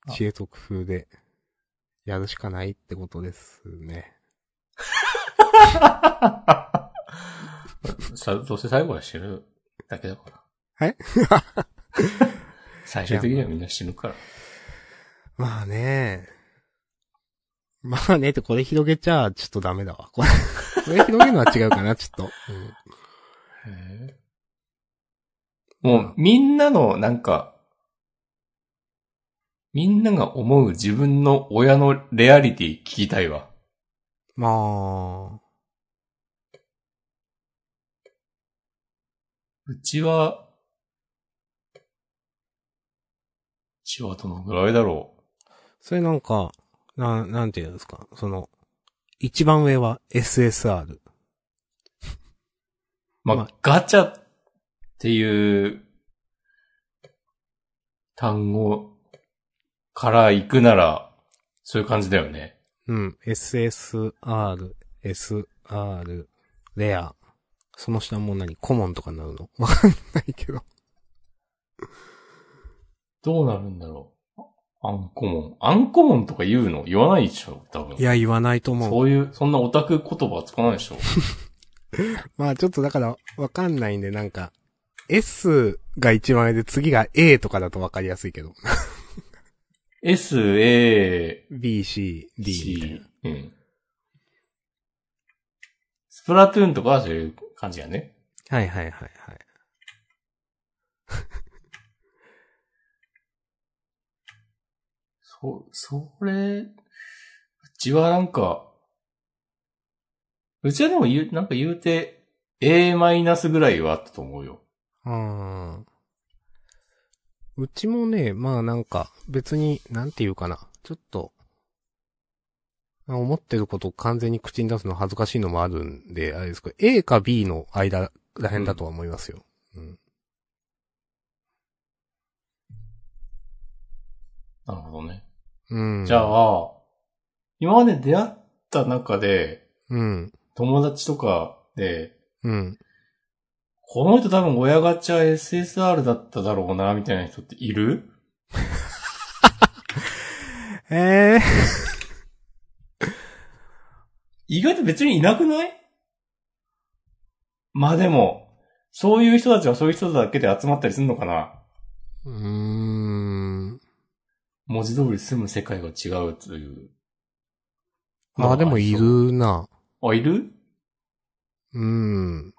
S1: あ、
S2: 知恵と工夫で、やるしかないってことですね。
S1: さ、どうせ最後は死ぬだけだから。
S2: はい
S1: 最終的にはみんな死ぬから。
S2: まあね。まあねってこれ広げちゃ、ちょっとダメだわ。これ、これ広げるのは違う かな、ちょっと。
S1: もう、みんなの、なんか、みんなが思う自分の親のレアリティ聞きたいわ。
S2: うん、まあ、
S1: うちは、うちはどのぐらいだろ
S2: それなんか、な、なんていうんですか。その、一番上は SSR。
S1: う。まあ、
S2: まあ
S1: ガチャっていう単語から行くなら、そういう感じだよね。
S2: うん。SSR、SR、レア。その下もう何コモンとかになるのわかんないけど。
S1: どうなるんだろう。アンコモン。アンコモンとか言うの言わないでしょ多分。
S2: いや、言わないと思う。
S1: そういう、そんなオタク言葉は使わないでしょ
S2: まあちょっとだから、わかんないんで、なんか、S が一番上で次が A とかだとわかりやすいけど。
S1: S, A,
S2: B, C, D みたいな
S1: C。。うん。スプラトゥーンとかはそういう感じやね。
S2: はいはいはいはい。
S1: そ、それ、うちはなんか、うちはでも言う、なんか言うて、A マイナスぐらいはあったと思うよ。
S2: うーん。うちもね、まあなんか、別に、なんていうかな。ちょっと、あ思ってることを完全に口に出すの恥ずかしいのもあるんで、あれですけど、A か B の間らへんだとは思いますよ。うん。
S1: なるほどね。
S2: うん。
S1: じゃあ、今まで出会った中で、
S2: うん。
S1: 友達とかで、
S2: うん。
S1: この人多分親ガチャ SSR だっただろうな、みたいな人っている
S2: ええー、
S1: 意外と別にいなくないまあでも、そういう人たちはそういう人だけで集まったりするのかな
S2: うーん。
S1: 文字通り住む世界が違うという。
S2: まあでもいるな。
S1: あ、いる
S2: うん。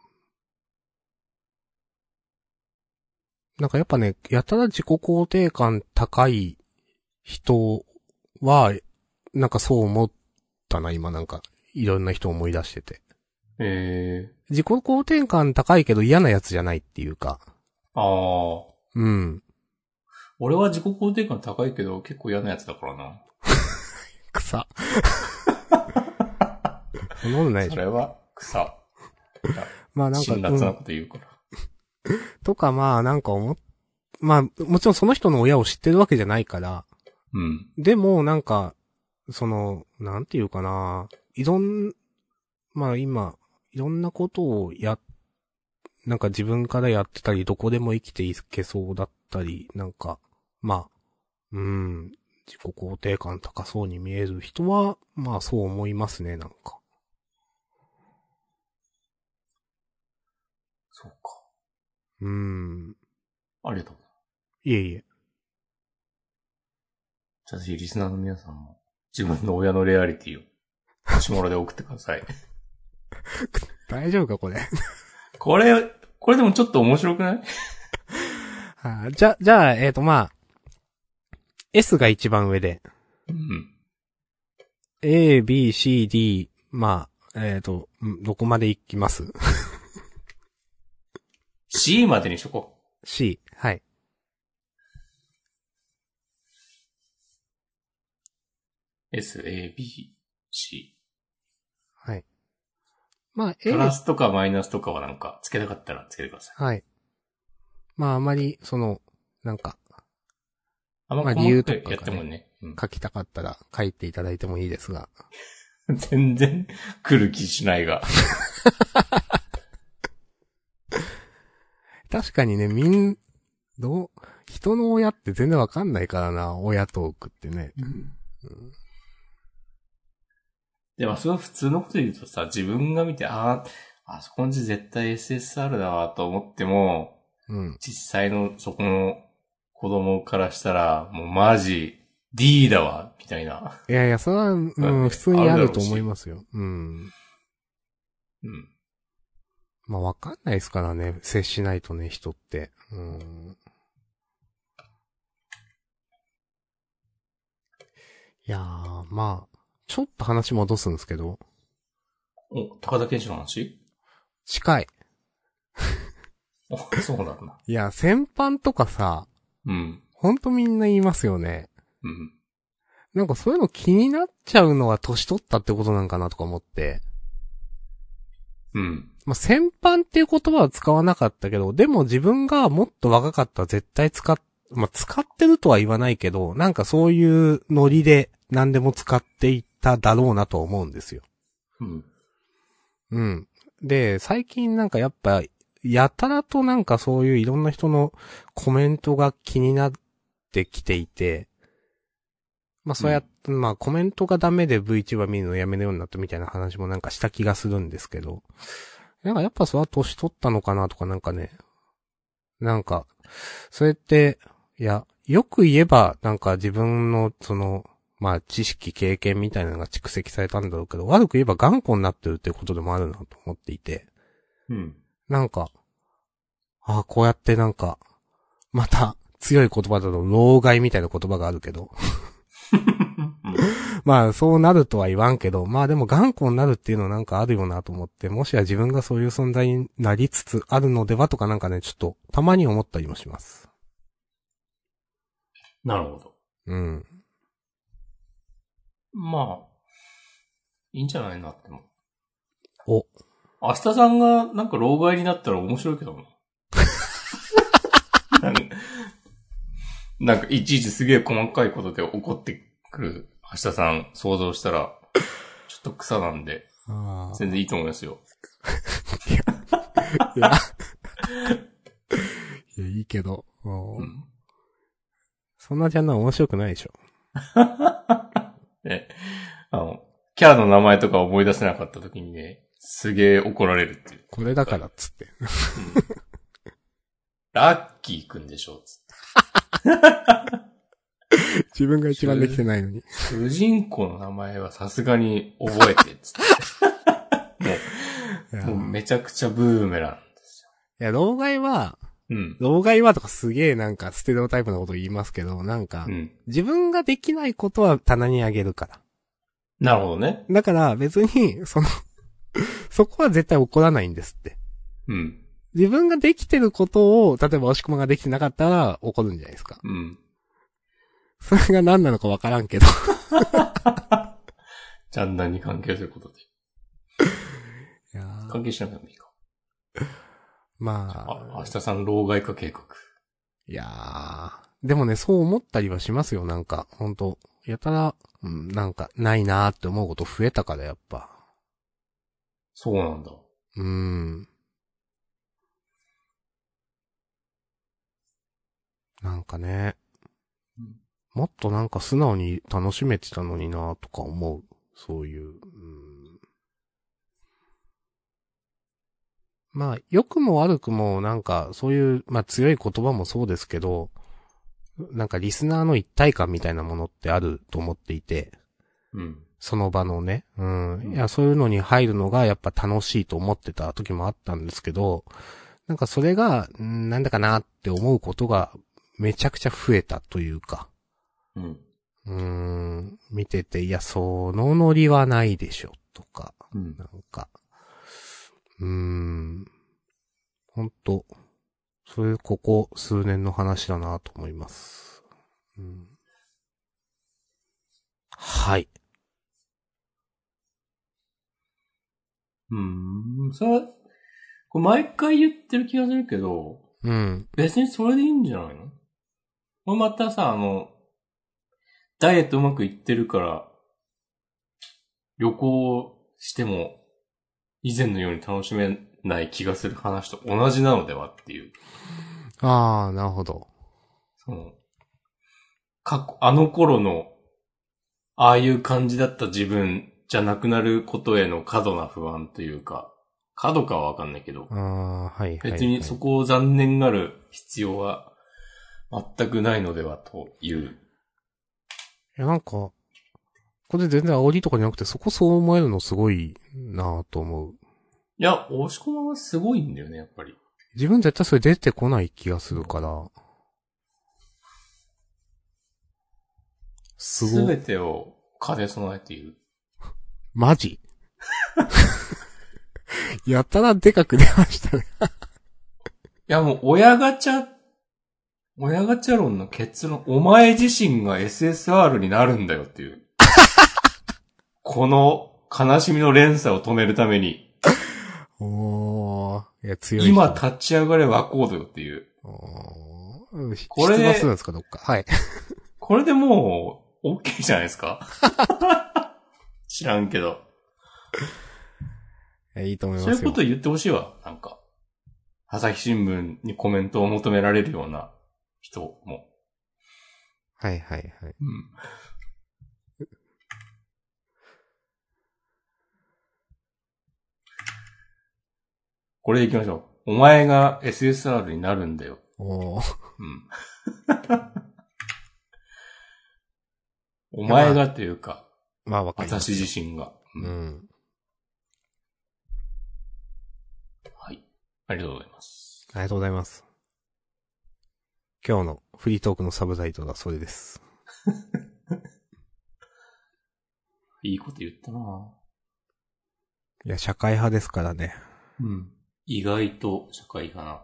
S2: なんかやっぱね、やたら自己肯定感高い人は、なんかそう思ったな、今なんか、いろんな人思い出してて。
S1: ええ
S2: 自己肯定感高いけど嫌なやつじゃないっていうか。
S1: ああ。
S2: うん。
S1: 俺は自己肯定感高いけど、結構嫌なやつだからな。
S2: 草。そんなことないで
S1: そ
S2: しょ。
S1: れは草。
S2: まあなんか、
S1: 辛
S2: う
S1: 辣
S2: ん
S1: なこと言うから。
S2: とかまあなんか思っまあ、もちろんその人の親を知ってるわけじゃないから、
S1: うん。
S2: でも、なんか、その、なんていうかな、いろん、まあ今、いろんなことをや、なんか自分からやってたり、どこでも生きていけそうだったり、なんか、まあ、うん、自己肯定感高そうに見える人は、まあそう思いますね、なんか。
S1: そうか。
S2: うん、
S1: ありがとう。
S2: いえいえ。
S1: じゃあぜひリスナーの皆さんも、自分の親のレアリティを、もしもろで送ってください。
S2: 大丈夫か、これ。
S1: これ、これでもちょっと面白くない
S2: はいじゃ、じ ゃあ、えっ、と、まあ、S が一番上で、
S1: うん。
S2: A, B, C, D, まあ、えっ、と、んどこまで行きます
S1: C までにしとこ
S2: ?C, はい。
S1: う。S, A, B, C。
S2: はい。まあ、
S1: プ
S2: A、
S1: ラスとかマイナスとかはなんか、つけたかったらつけてください。
S2: はい。まあ、あまり、その、なんか、
S1: あんま
S2: まあ
S1: 細
S2: 理由
S1: かく
S2: とか
S1: やってもね。うん
S2: 書きたかったら書いていただいてもいいですが。
S1: 全然来る気しないが。
S2: 確かにね、みん、どう、人の親って全然わかんないからな、親トークってね。
S1: でも、それは普通のこと言うとさ、自分が見て、ああ、あそこの字絶対 SSR だわと思っても、
S2: うん。
S1: 実際のそこの子供からしたら、もうマジ D だわ、みたいな。
S2: いやいや、それは、うん、普通にあると思いますよ。う
S1: う
S2: ん。
S1: ん。
S2: まあ、わかんないですからね、接しないとね、人って。うん。いやー、まあ、ちょっと話戻すんですけど、
S1: お、高田健志の話
S2: 近い。
S1: あ、そうなんだ。
S2: いや、先般とかさ、
S1: うん。
S2: ほんとみんな言いますよね。
S1: うん。
S2: なんかそういうの気になっちゃうのは年取ったってことなんかなとか思って。
S1: うん。
S2: まあ、先般っていう言葉は使わなかったけど、でも自分がもっと若かったら絶対使っ、まあ、使ってるとは言わないけど、なんかそういうノリで何でも使っていただろうなと思うんですよ。
S1: うん。
S2: うん。で、最近なんかやっぱ、やたらとなんかそういういろんな人のコメントが気になってきていて、まあそうや、まあコメントがダメで VTuber 見るのやめるようになったみたいな話もなんかした気がするんですけど、なんかやっぱそれは年取ったのかなとかなんかね、なんか、それって、いや、よく言えばなんか自分のその、まあ知識経験みたいなのが蓄積されたんだろうけど、悪く言えば頑固になってるっていうことでもあるなと思っていて、
S1: うん。
S2: なんか、ああ、こうやってなんか、また強い言葉だと、老害みたいな言葉があるけど、 まあそうなるとは言わんけど、まあでも頑固になるっていうのはなんかあるよなと思って、もしや自分がそういう存在になりつつあるのではとかなんかね、ちょっとたまに思ったりもします。
S1: なるほど。
S2: うん。
S1: まあ、いいんじゃないなって思う。
S2: お。
S1: 明日さんがなんか老害になったら面白いけど な。なんかなんかいちいちすげえ細かいことで怒ってくる明日さん想像したら、ちょっと草なんで、
S2: あ
S1: 全然いいと思いますよ。
S2: あ。いや、いやいいけど、もう
S1: うん
S2: そんなジャンルは面白くないでしょ。
S1: ね、あの、キャラの名前とか思い出せなかった時にね、すげえ怒られるっていう。
S2: これだからっつって。
S1: ラッキーくんでしょうっつ って
S2: 自分が一番できてないのに。
S1: 主人公の名前はさすがに覚えて、つって。
S2: いや
S1: もう、もうめちゃくちゃブーメランです
S2: いや、老害は、
S1: よ。うん。
S2: 老害はとかすげえなんかステレオタイプなこと言いますけど、なんか
S1: う、ん。
S2: 自分ができないことは棚にあげるから。
S1: なるほどね。
S2: だから別に、その、そこは絶対起こらないんですって。
S1: うん。
S2: 自分ができてることを、例えば押し込まができてなかったら起こるんじゃないですか。
S1: うん。
S2: それが何なのかわからんけど。
S1: ジャンダンに関係することで。
S2: いやー
S1: 関係しなくてもいいか。
S2: ま
S1: あ、
S2: あ、
S1: 明日さん老害化計画。
S2: いやー。でもね、そう思ったりはしますよ、なんか。ほんと。やたら、うん、なんか、ないなーって思うこと増えたから、やっぱ。
S1: そうなんだ。
S2: うーん。なんかね
S1: うん。
S2: もっとなんか素直に楽しめてたのになとか思う。そういう。うん、まあ、良くも悪くもなんかそういう、まあ強い言葉もそうですけど、なんかリスナーの一体感みたいなものってあると思っていて。
S1: うん。
S2: その場のね。うん
S1: ん。
S2: いや、そういうのに入るのがやっぱ楽しいと思ってた時もあったんですけど、なんかそれが、うんなんだかなって思うことがめちゃくちゃ増えたというか、
S1: うん。
S2: うん、見てて、いや、そのノリはないでしょ、とか、
S1: うん
S2: な。んか、うん、ほんと、それここ数年の話だなと思います。うん、はい。
S1: うーん。それは、これ毎回言ってる気がするけど、
S2: うん。
S1: 別にそれでいいんじゃないのこれまたさ、あの、ダイエットうまくいってるから、旅行しても、以前のように楽しめない気がする話と同じなのではっていう。
S2: ああ、なるほど。
S1: その、過去、あの頃の、ああいう感じだった自分じゃなくなることへの過度な不安というか、過度かはわかんないけど、
S2: ああ、はい、はい。
S1: 別にそこを残念がる必要は全くないのではという。
S2: はい。いや、なんか、これ全然煽りとかじゃなくて、そこそう思えるのすごいなぁと思う。
S1: いや、押し込まはすごいんだよね、やっぱり。
S2: 自分絶対それ出てこない気がするから。す
S1: す
S2: ご
S1: べ
S2: い。
S1: てを兼ね備えている。
S2: マジ やたらでかく出ましたね。
S1: いや、もう親ガチャ、親ガチャ論の結論、お前自身が SSR になるんだよって いう。この悲しみの連鎖を止めるために、
S2: おー。いや、強い人。
S1: 今立ち上がれワコードよっていう。
S2: お
S1: こ
S2: ー。こ
S1: れで
S2: れ出馬するんですか、どっか。はい。
S1: これでもう、OK じゃないですか知らんけど。
S2: いやいいと思います
S1: そう
S2: よ。
S1: いうこと言ってほしいわ、なんか。朝日新聞にコメントを求められるような人も。
S2: はいはいはい。
S1: うん。これで行きましょう。お前が SSR になるんだよ。うん。
S2: おー。
S1: お前がというか、
S2: まあわかります
S1: 私自
S2: よ。
S1: 身が。うん
S2: うん。
S1: はい。ありがとうございます。
S2: ありがとうございます。今日のフリートークのサブタイトルはそれです。
S1: いいこと言ったなぁ
S2: いや、社会派ですからね。
S1: うん。意外と社会派な。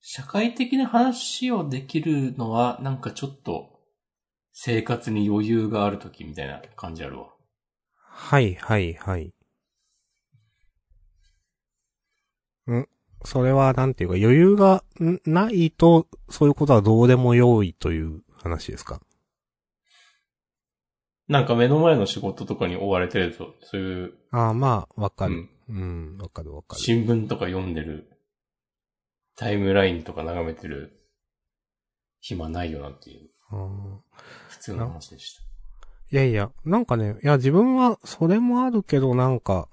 S1: 社会的な話をできるのは、なんかちょっと、生活に余裕がある時みたいな感じあるわ。
S2: はい、はい、はい。んそれは、なんていうか、余裕がんないと、そういうことはどうでもよいという話ですか
S1: なんか目の前の仕事とかに追われてると、そういう、
S2: ああ、まあ、わか
S1: う
S2: る
S1: ん。
S2: うん、わ、かるわかる。
S1: 新聞とか読んでる、タイムラインとか眺めてる、暇ないよなっていう、
S2: あー
S1: 普通の話でした。
S2: いやいや、なんかね、いや自分はそれもあるけど、なんか、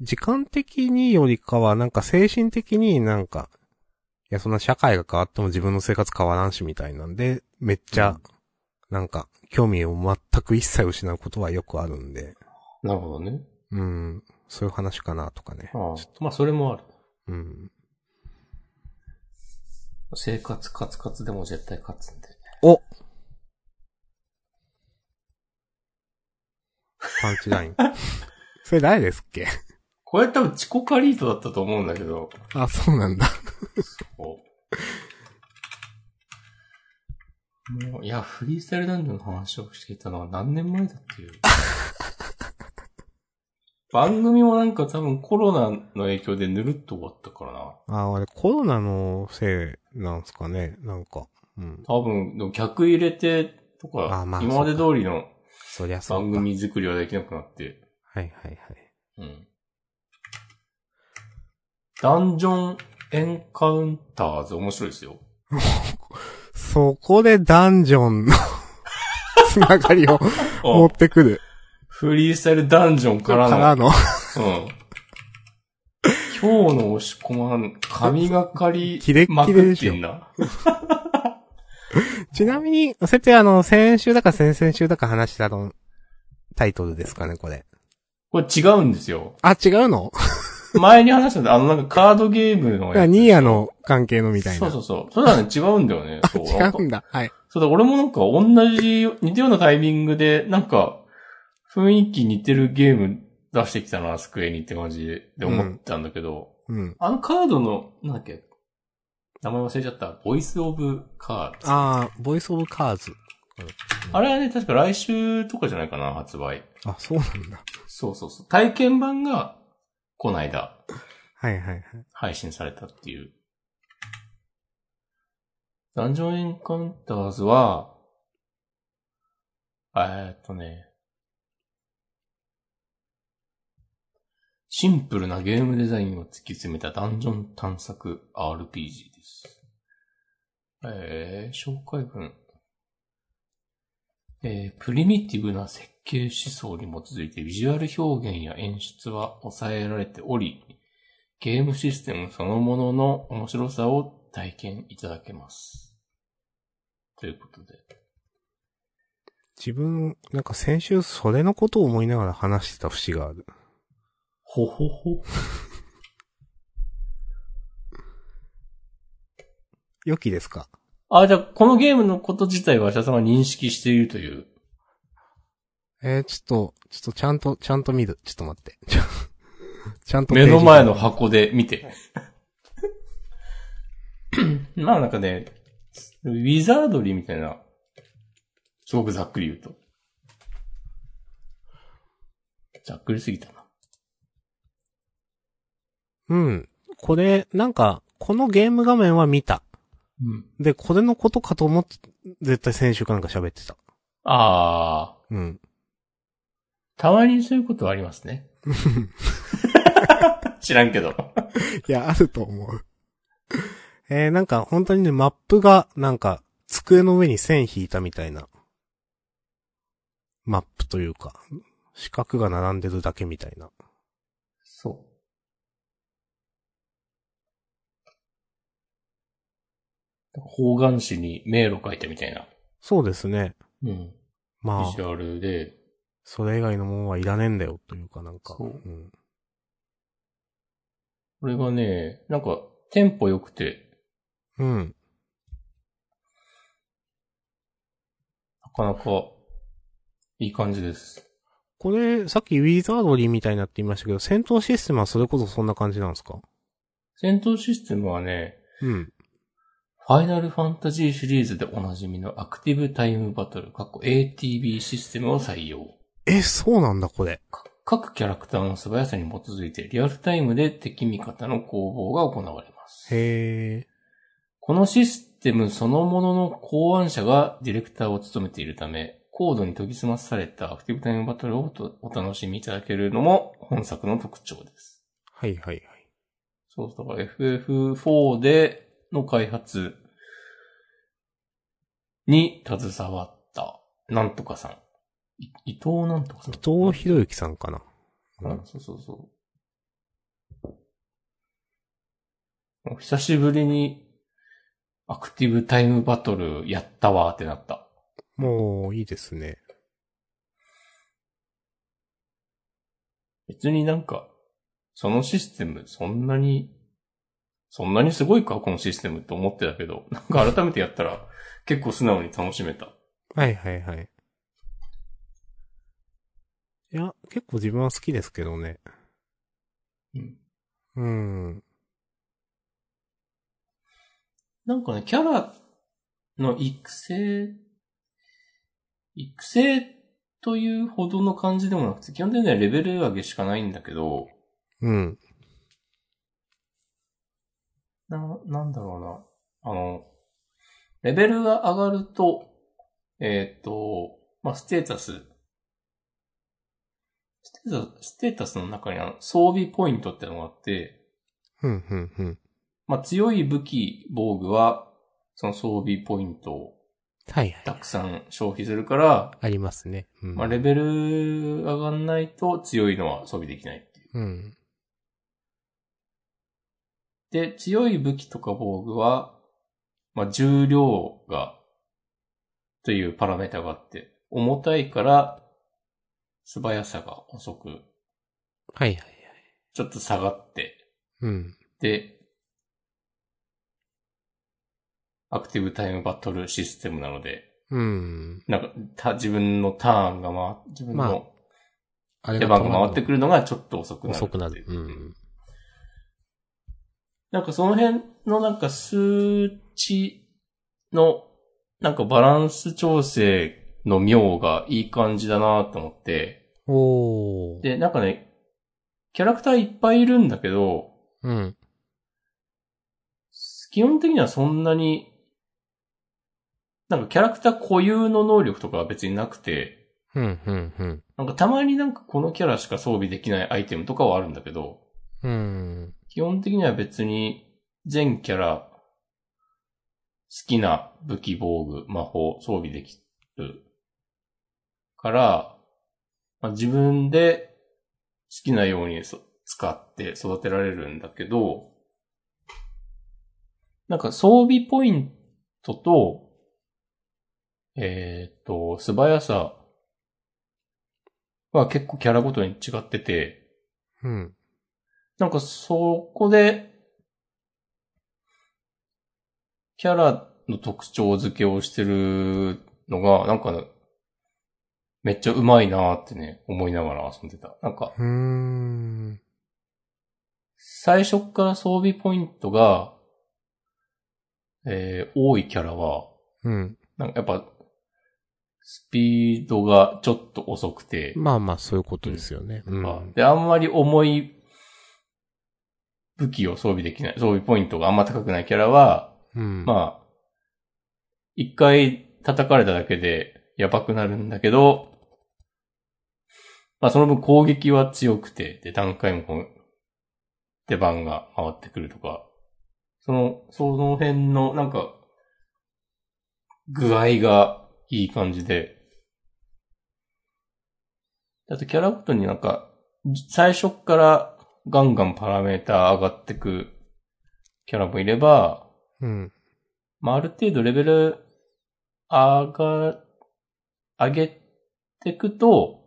S2: 時間的によりかは、なんか精神的になんか、いやそんな社会が変わっても自分の生活変わらんしみたいなんで、めっち
S1: う
S2: ゃ
S1: ん、
S2: なんか、興味を全く一切失うことはよくあるんで、
S1: なるほどね。
S2: うん、そういう話かなとかね。
S1: ああまあそれもある。
S2: うん。
S1: 生活カツカツでも絶対勝つんで。
S2: おパン チライン。それ誰ですっけ
S1: これ多分チコカリートだったと思うんだけど。
S2: あ、そうなんだ。
S1: こうもう、いや、フリース タイルダンジョンの話をしていたのは何年前だっていう。番組もなんか多分コロナの影響でぬるっと終わったからな。
S2: あ、あれコロナのせいなんすかね、なんか。うん。
S1: 多分、でも客入れてとか
S2: あ、まあ
S1: 今まで通りの
S2: そりゃそうか。
S1: 番組作りはできなくなって。
S2: はいはいはい。
S1: うん。ダンジョンエンカウンターズ面白いですよ。
S2: そこでダンジョンの つな がりを
S1: あ
S2: 持ってくる。
S1: フリースタイルダンジョンからの。
S2: の。
S1: うん。今日の押し込まん、神がかり
S2: キレ
S1: ま
S2: ッ
S1: く
S2: キレで
S1: っ
S2: しょ
S1: てんな。
S2: ちなみに、それってあの、先週だか先々週だか話したあの、タイトルですかね、これ。
S1: これ違うんですよ。
S2: あ、違うの
S1: 前に話したんだ、あのなんかカードゲームのやつ。
S2: ニーヤの関係のみたい
S1: そう
S2: な。
S1: そうそう。それはね、違うんだよね。そう。な
S2: 違
S1: んか
S2: うんだ。はい。
S1: そうだ、俺もなんか同じ、似たようなタイミングで、なんか、雰囲気似てるゲーム出してきたな、スクエニって感じでで
S2: うん
S1: 思ったんだけど、
S2: うん。
S1: あのカードの、なんだっけ、名前忘れちゃった、ボイスオブカード。
S2: あー、ボイスオブカーズ。
S1: あれはね、確か来週とかじゃないかな、発売。
S2: あ、そうなんだ。
S1: そうそうそう。体験版が、この間、
S2: はいはいはい。
S1: 配信されたっていう。ダンジョンエンカウンターズは、えーっとね、シンプルなゲームデザインを突き詰めたダンジョン探索 RPG です。えー、紹介文。えープリミティブな設計思想に基づいてビジュアル表現や演出は抑えられており、ゲームシステムそのものの面白さを体験いただけます。ということで。
S2: 自分、なんか先週それのことを思いながら話してた節がある。
S1: ほほほ。
S2: 良きですか
S1: あ、じゃあ、このゲームのこと自体は、社さんは認識しているという。
S2: えー、ちょっと、ちょっとちゃんと、ちゃんと見る。ちょっと待って。 ちゃんちゃんとペー
S1: 目
S2: ジ
S1: の前の箱で見て。 まあなんかね、ウィザードリーみたいな、すごくざっくり言うと。ざっくりすぎたな。
S2: うん。これ、なんか、このゲーム画面は見た。
S1: うん。
S2: で、これのことかと思って、絶対先週かなんか喋ってた。
S1: あー、
S2: うん。
S1: たまにそういうことはありますね。 知らんけど。
S2: いや、あると思う。 えー、なんか、本当にね、マップが、なんか、机の上に線引いたみたいな。マップというか、四角が並んでるだけみたいな。
S1: そう。方眼紙に迷路書いたみたいな。
S2: そうですね。
S1: うん。
S2: ま
S1: ビジ
S2: あ、
S1: ュアルで。
S2: それ以外のものはいらねえんだよ、というかなんか。。
S1: そうんこれがね、なんか、テンポ良くて、
S2: うん。
S1: なかなか、いい感じです。
S2: これ、さっきウィザードリーみたいになって言いましたけど、戦闘システムはそれこそそんな感じなんですか
S1: 戦闘システムはね、
S2: うん。
S1: ファイナルファンタジーシリーズでおなじみのアクティブタイムバトル、かっこ ATB システムを採用。
S2: え、そうなんだ、これ。
S1: か各キャラクターの素早さに基づいてリアルタイムで敵味方の攻防が行われます。
S2: へえ。
S1: このシステムそのものの考案者がディレクターを務めているため、高度に研ぎ澄まされたアクティブタイムバトルをとお楽しみいただけるのも本作の特徴です。
S2: はいはいはい。
S1: そう、だから FF4 での開発に携わった、なんとかさん。い伊藤なんとかさん。
S2: 伊藤博之さんかな。
S1: うんそうそうそう。久しぶりに、アクティブタイムバトルやったわーってなった。
S2: もう、いいですね。
S1: 別になんか、そのシステム、そんなに、そんなにすごいかこのシステムって思ってたけど、なんか改めてやったら、結構素直に楽しめた。
S2: はいはいはい。いや、結構自分は好きですけどね。
S1: うん
S2: うん。
S1: なんかね、キャラの育成、育成というほどの感じでもなくて、基本的にはレベル上げしかないんだけど、
S2: うん。
S1: な、なんだろうな。あの、レベルが上がると、えーっ、と、まあ、ステータス。ステータス、ステータスの中にあの装備ポイントってのがあって、
S2: うん、うん、うん。
S1: まあ、強い武器、防具は、その装備ポイントを
S2: はいはい。
S1: たくさん消費するから、
S2: ありますね。うん。
S1: まあ、レベル上がんないと強いのは装備できないっていう。
S2: うん。
S1: で、強い武器とか防具は、まあ、重量が、というパラメータがあって、重たいから、素早さが遅く、
S2: はいはいはい。
S1: ちょっと下がって、
S2: うん。
S1: で、アクティブタイムバトルシステムなので、
S2: うん。
S1: なんか、た、自分のターンが回、自分
S2: まあ
S1: の
S2: あ
S1: 手番が回ってくるのがちょっと遅くなる。
S2: 遅くなる。うん。
S1: なんかその辺のなんか数値のなんかバランス調整の妙がいい感じだなと思って。
S2: おー。
S1: で、なんかね、キャラクターいっぱいいるんだけど、
S2: うん。
S1: 基本的にはそんなに、なんかキャラクター固有の能力とかは別になくて、
S2: うん、うん、うん。
S1: なんかたまになんかこのキャラしか装備できないアイテムとかはあるんだけど、
S2: うん。
S1: 基本的には別に全キャラ好きな武器、防具、魔法、装備できるから、まあ、自分で好きなようにそ使って育てられるんだけど、なんか装備ポイントと、えーっと、素早さは結構キャラごとに違ってて、
S2: うん。
S1: なんかそこで、キャラの特徴付けをしてるのが、なんかね、めっちゃうまいなーってね、思いながら遊んでた。なんか、
S2: うーん。
S1: 最初っから装備ポイントが、えー、多いキャラは、
S2: うん。
S1: なんかやっぱ、スピードがちょっと遅くて、
S2: まあまあ、そういうことですよね。う
S1: あ
S2: ん。
S1: で、あんまり重い武器を装備できない、装備ポイントがあんま高くないキャラは、
S2: うん。あ。
S1: まあ、一回叩かれただけでやばくなるんだけど、まあその分攻撃は強くて、で、段階もこう、出番が回ってくるとか、その、その辺のなんか、具合がいい感じで、あとキャラごとになんか、最初っからガンガンパラメーター上がってくキャラもいれば、
S2: うん。
S1: まあ、ある程度レベル上が、上げてくと、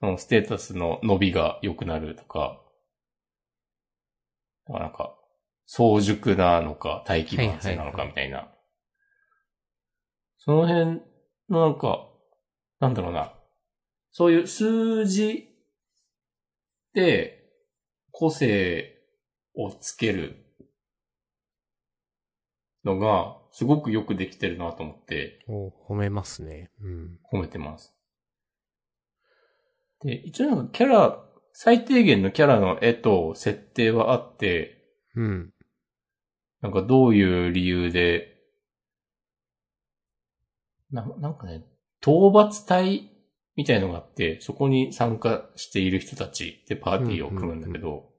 S1: そのステータスの伸びが良くなるとか、だからなんか、早熟なのか、待機慢性なの
S2: はいはいは
S1: か
S2: い
S1: みたいな。その辺のなんか、なんだろうな。そういう数字で個性をつけるのが、すごくよくできてるなと思って
S2: お褒めますね。うん。
S1: 褒めてます。で、一応なんかキャラ、最低限のキャラの絵と設定はあって、
S2: うん。
S1: なんかどういう理由で、ななんかね、討伐隊みたいのがあって、そこに参加している人たちでパーティーを組むんだけど、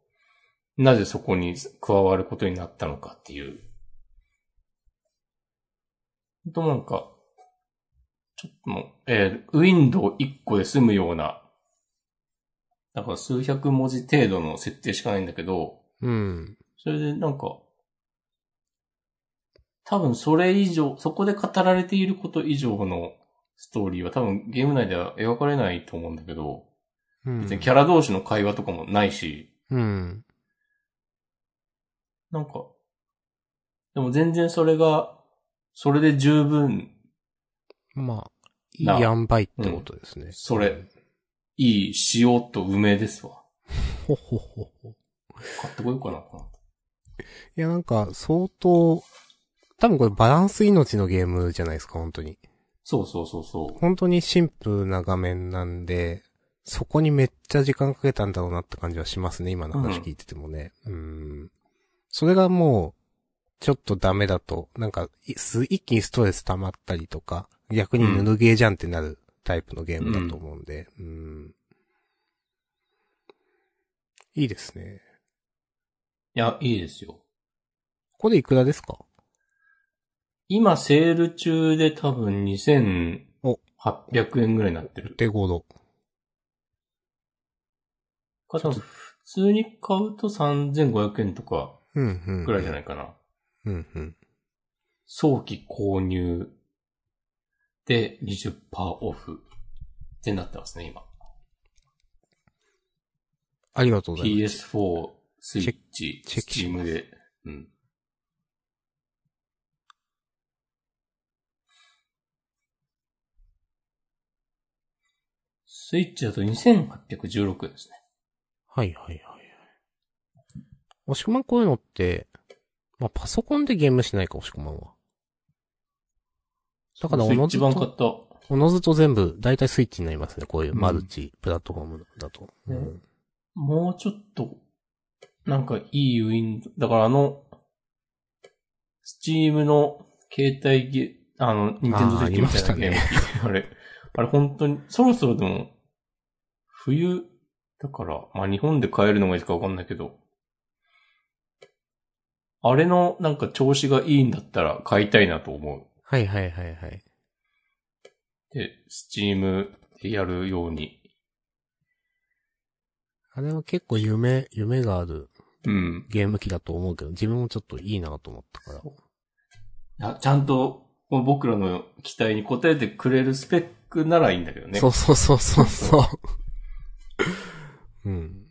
S1: なぜそこに加わることになったのかっていう。ほんとなんか、ちょっともう、えー、ウィンドウ1個で済むような、だから数百文字程度の設定しかないんだけど、
S2: うん。
S1: それでなんか、多分それ以上、そこで語られていること以上のストーリーは多分ゲーム内では描かれないと思うんだけど、
S2: うん。
S1: 別にキャラ同士の会話とかもないし、
S2: うん。
S1: なんか、でも全然それが、それで十分
S2: まあ、いい
S1: な
S2: 塩梅ってことですね。
S1: それ。いい塩と梅ですわ。
S2: ほほほほ。
S1: 買ってこようかな。この後
S2: いや、なんか、相当、多分これバランス命のゲームじゃないですか、本当に。
S1: そうそうそうそう。
S2: 本当にシンプルな画面なんで、そこにめっちゃ時間かけたんだろうなって感じはしますね、今の話聞いててもね。うん。それがもう、ちょっとダメだと、なんか、いす一気にストレス溜まったりとか、逆にぬるゲーじゃんってなるタイプのゲームだと思うんで、うん。いいですね。
S1: いや、いいですよ。
S2: これいくらですか
S1: 今、セール中で多分2800
S2: お
S1: 円ぐらいになってる。
S2: 手頃。
S1: か、多分普通に買うと3500円とか
S2: うん、うん。
S1: ぐらいじゃないいかな。
S2: うん、うん。
S1: 早期購入で20%オフってなってますね、今。
S2: ありがとうございます。
S1: PS4、スイッチ、
S2: チェックチェックし
S1: Steam
S2: ます
S1: で。うん。スイッチだと2816円ですね。
S2: はいはいはいはい。押し込まんこういうのって、まあ、パソコンでゲームしないか、押し込まんは。だから
S1: ス
S2: お
S1: イッ
S2: のず
S1: チ
S2: と
S1: 版買った。
S2: おのずと全部、だいたいスイッチになりますね、こういううんマルチ、プラットフォームだと。
S1: ねもうちょっと、なんかいいウィンドウ、だからあの、スチームの携帯ゲ、あの、ニンテンドー Switch みたいなゲーム
S2: あーありま
S1: 機。 あれ、あれ本当に、そろそろでも、冬、だから、まあ日本で買えるのがいいかわかんないけど、あれのなんか調子がいいんだったら買いたいなと思
S2: はいはいはいはい。
S1: う。で、スチームでやるように。
S2: あれは結構夢、夢がある
S1: うん。
S2: ゲーム機だと思うけど、自分もちょっといいなと思ったから。
S1: いや、ちゃんと、この僕らの期待に応えてくれるスペックならいいんだけどね。
S2: そうそうそうそうそう。うん。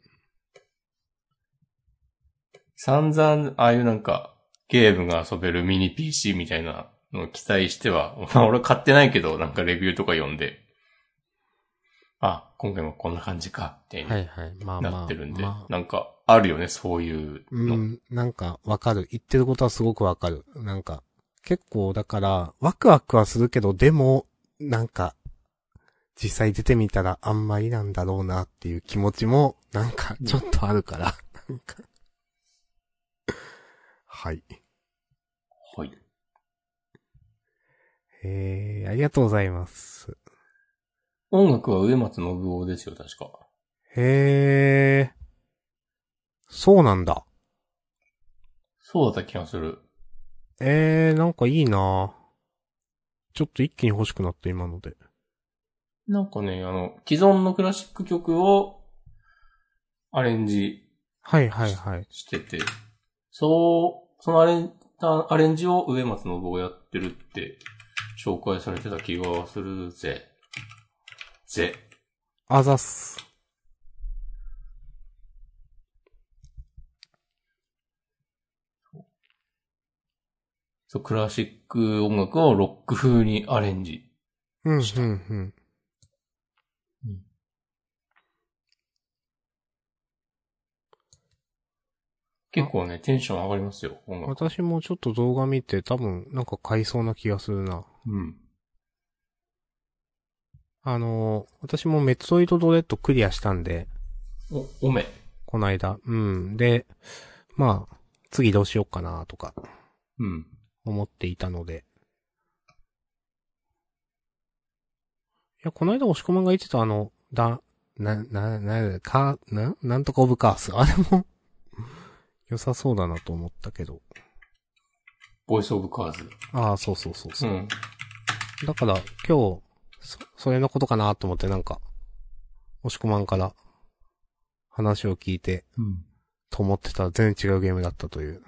S1: 散々、ああいうなんか、ゲームが遊べるミニ PC みたいなのを期待しては、 まあ俺買ってないけど、なんかレビューとか読んで、あ、今回もこんな感じか、って
S2: はいはい。まあまあ。
S1: なってるんで、
S2: まあ
S1: なんか、あるよね、そういう
S2: う
S1: の。
S2: ん、なんかわかる。言ってることはすごくわかる。なんか、結構だから、ワクワクはするけど、でも、なんか、実際出てみたらあんまりなんだろうなっていう気持ちも、なんかちょっとあるから。なんか。はい。
S1: はい。
S2: えー、ありがとうございます。
S1: 音楽は上松信夫ですよ、確か。
S2: へー。そうなんだ。
S1: そうだった気がする。
S2: えー、なんかいいなちょっと一気に欲しくなった今ので。
S1: なんかね、あの、既存のクラシック曲を、アレンジ
S2: はいはいはい。
S1: してて、そう、そのアレンアレンジを上松信夫がやってるって紹介されてた気がするぜ。ぜ。
S2: あざっす。
S1: そう、クラシック音楽をロック風にアレンジ。
S2: うん、うん
S1: した、
S2: うん。
S1: 結構ね、テンション上がりますよ、音楽。
S2: 私もちょっと動画見て多分なんか買いそうな気がするな。
S1: うん。
S2: あのー私もメトロイドドレッドクリアしたんで、
S1: お、おめ。
S2: この間。うん。で、まあ、次どうしようかなとか
S1: うん。
S2: 思っていたので。いや、この間押し込まんが言ってたあの、だ、な、な、な、か、な、なんとかオブカース。あれも、良さそうだなと思ったけど。
S1: ボイスオブカーズ。
S2: ああ、そうそうそうそうう。
S1: ん。
S2: だから、今日、そ、それのことかなと思ってなんか、押し込まんから、話を聞いて、
S1: うん。
S2: と思ってたら全然違うゲームだったという。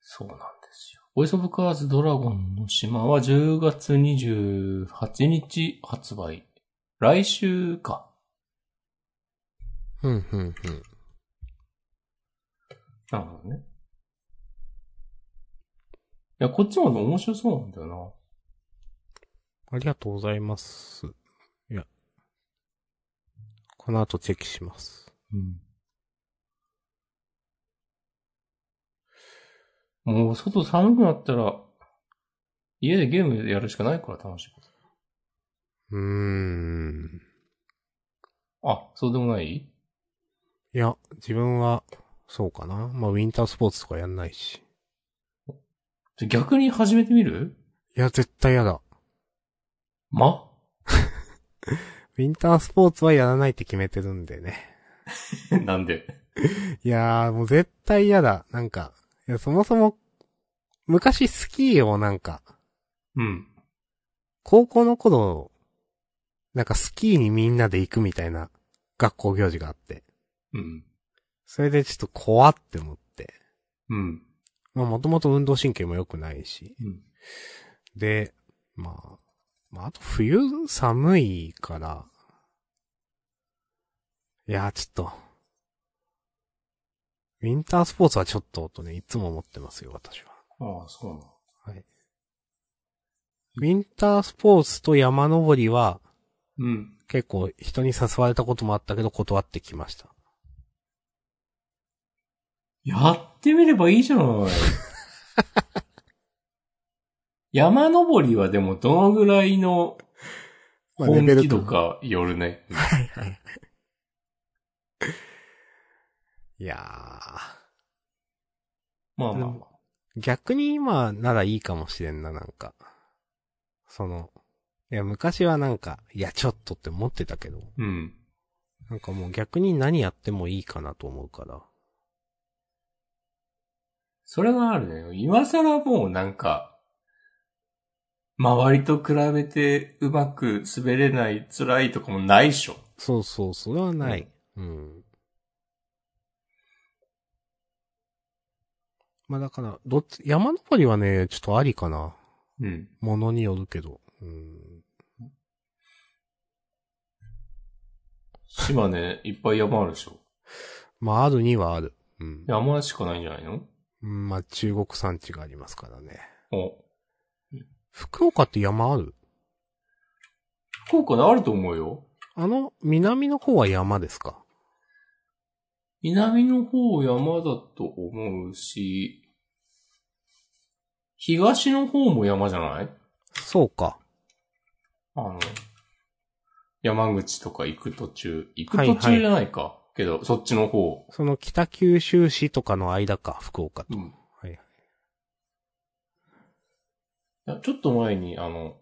S1: そうなんですよ。ボイスオブカーズドラゴンの島は10月28日発売。来週か。
S2: うん、うん、うん。
S1: なるほどね。いや、こっちも面白そうなんだよ
S2: ありがとうございます。いや。この後チェックします。
S1: な。うん。もう、外寒くなったら、家でゲームやるしかないから楽しいこ
S2: うーん。
S1: と。あ、そうでもない
S2: いや、自分は、そうかな。まあ、ウィンタースポーツとかやんないし。
S1: じゃ逆に始めてみる
S2: いや、絶対やだ。
S1: ま
S2: ウィンタースポーツはやらないって決めてるんでね。
S1: なんで
S2: いやー、もう絶対やだ。なんか、いや、そもそも、昔スキーをなんか、
S1: うん。
S2: 高校の頃、なんかスキーにみんなで行くみたいな学校行事があって、
S1: うん。
S2: それでちょっと怖って思って、
S1: うん。
S2: まあもともと運動神経も良くないし、
S1: うん。
S2: で、まあ、まああと冬寒いから、いやーちょっと、ウィンタースポーツはちょっととね、いつも思ってますよ、私は。
S1: ああ、そうなの。
S2: ウィンタースポーツと山登りは、
S1: うん。
S2: 結構人に誘われたこともあったけど断ってきました。
S1: やってみればいいじゃ ない。山登りはでもどのぐらいの
S2: まあ
S1: 本
S2: レベ
S1: 気
S2: ル
S1: 度かよるね。
S2: はいはい。いや
S1: まあまあまあ。
S2: ー、逆に今ならいいかもしれんな、なんか。その、いや、昔はなんか、いや、ちょっとって思ってたけど、
S1: うん。
S2: なんかもう逆に何やってもいいかなと思うから。
S1: それはあるね。今更もうなんか、周りと比べてうまく滑れない辛いとかもないっしょ。
S2: そうそう、それはない。うん。まあだから、どっち、山登りはね、ちょっとありかな。
S1: うん。
S2: ものによるけど。うん。
S1: 島根いっぱい山あるでしょ。
S2: まああるにはある。うん。
S1: 山しかないんじゃないの
S2: うんまあ中国産地がありますからね。
S1: お。
S2: 福岡って山ある
S1: 福岡ねあると思うよ。
S2: あの、南の方は山ですか
S1: 南の方山だと思うし、東の方も山じゃない
S2: そうか。
S1: あの、山口とか行く途中、行く途中じゃないか。けど、そっちの方。
S2: その北九州市とかの間か、福岡と。
S1: うん。
S2: はいはい。
S1: いやちょっと前に、あの、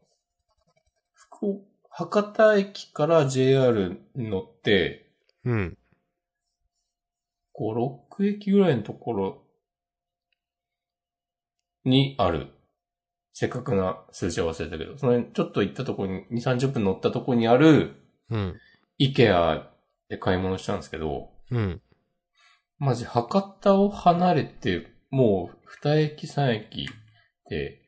S1: 福、博多駅から JR に乗って、
S2: うん。
S1: 5、6駅ぐらいのところにある。せっかくな数字は忘れたけど、そのちょっと行ったところに、2、30分乗ったところにある、
S2: うん。
S1: IKEA で買い物したんですけど、
S2: うん。
S1: マジ博多を離れて、もう2駅3駅で、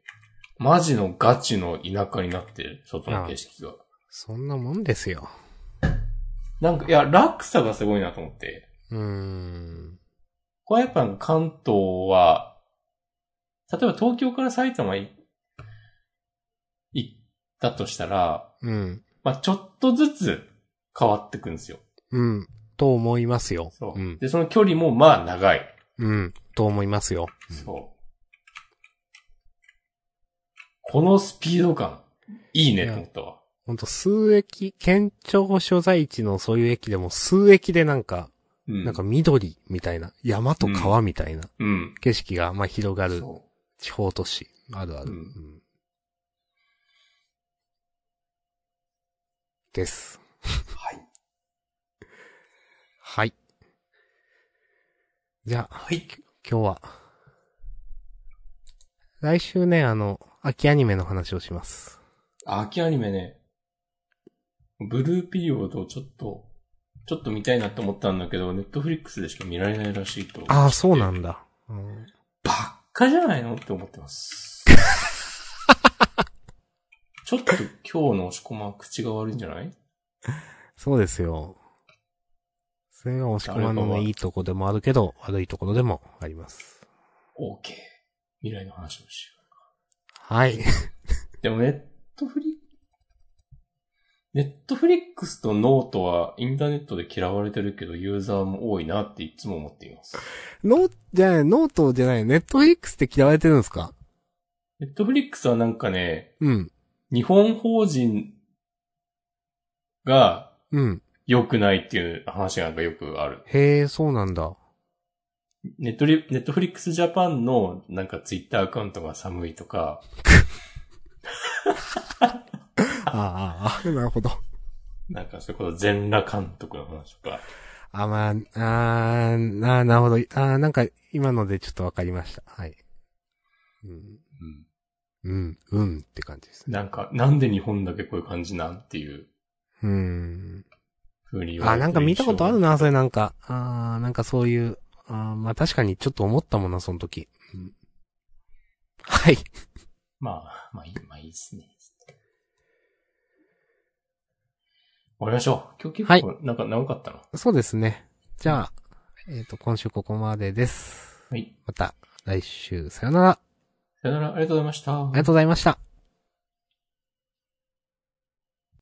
S1: マジのガチの田舎になってる、外の景色が。
S2: そんなもんですよ。
S1: なんか、いや、落差がすごいなと思って。
S2: うーん。
S1: これやっぱ関東は、例えば東京から埼玉い行ったとしたら、
S2: うん。
S1: まあちょっとずつ変わってくんですよ。
S2: うん。と思いますよ。
S1: そう。
S2: ん。
S1: で、その距離もまあ長い。
S2: うん。と思いますよ。
S1: そう。このスピード感、いいねと思ったわ。
S2: ほんと、数駅、県庁所在地のそういう駅でも、数駅でなんか、
S1: うん。
S2: なんか、緑みたいな、山と川みたいな
S1: うん。
S2: 景色がまあ広がる
S1: そ
S2: 地方都市。あるある。
S1: うん
S2: うんです。
S1: う。はい。
S2: はい。じゃあ、
S1: はい。
S2: 今日は。来週ね、あの、秋アニメの話をします。
S1: 秋アニメね、ブルーピリオドをちょっと、ちょっと見たいなと思ったんだけど、ネットフリックスでしか見られないらしいと。
S2: ああ、そうなんだ。うん
S1: ばっかじゃないのって思ってます。ちょっと今日の押し込まは口が悪いんじゃない
S2: そうですよ。それが押し込まんの
S1: 誰か
S2: ね
S1: はい
S2: いとこでもあるけど、悪いところでもあります。
S1: ?OK。未来の話をしよ
S2: はい。
S1: う。でもネットフリ、ネットフリックスとノートはインターネットで嫌われてるけどユーザーも多いなっていつも思っています。
S2: ノー、じゃない、ノートじゃない、ネットフリックスって嫌われてるんですか
S1: ネットフリックスはなんかね、
S2: うん。
S1: 日本法人が
S2: うん。
S1: 良くないっていう話がなんかよくある。
S2: へえ、そうなんだ。
S1: ネットリ、ネットフリックスジャパンのなんかツイッターアカウントが寒いとか、
S2: ああ、ああ、 なるほど。
S1: なんかそれこそ全裸監督の話とか、
S2: あ、まあ、あーあー、なるほど。あーなんか、今のでちょっとわかりました。はい。うん、
S1: うん
S2: うん、うんって感じですね。
S1: なんか、なんで日本だけこういう感じなんっていう
S2: うん。
S1: 風に言わ
S2: あ、
S1: れてる
S2: なんか見たことある
S1: 印
S2: な、それなんか。ああ、なんかそういう。あーまあ確かにちょっと思ったもんな、その時。うんはい。
S1: 象まあ、まあいい、まあいいですね。終わりましょう。今日結構、なんか長かったな。
S2: そうですね。じゃあ、えっ、と、今週ここまでです。
S1: はい。
S2: また来週、さよなら。あ
S1: さよなら、ありがとうございました。
S2: りがとうございました。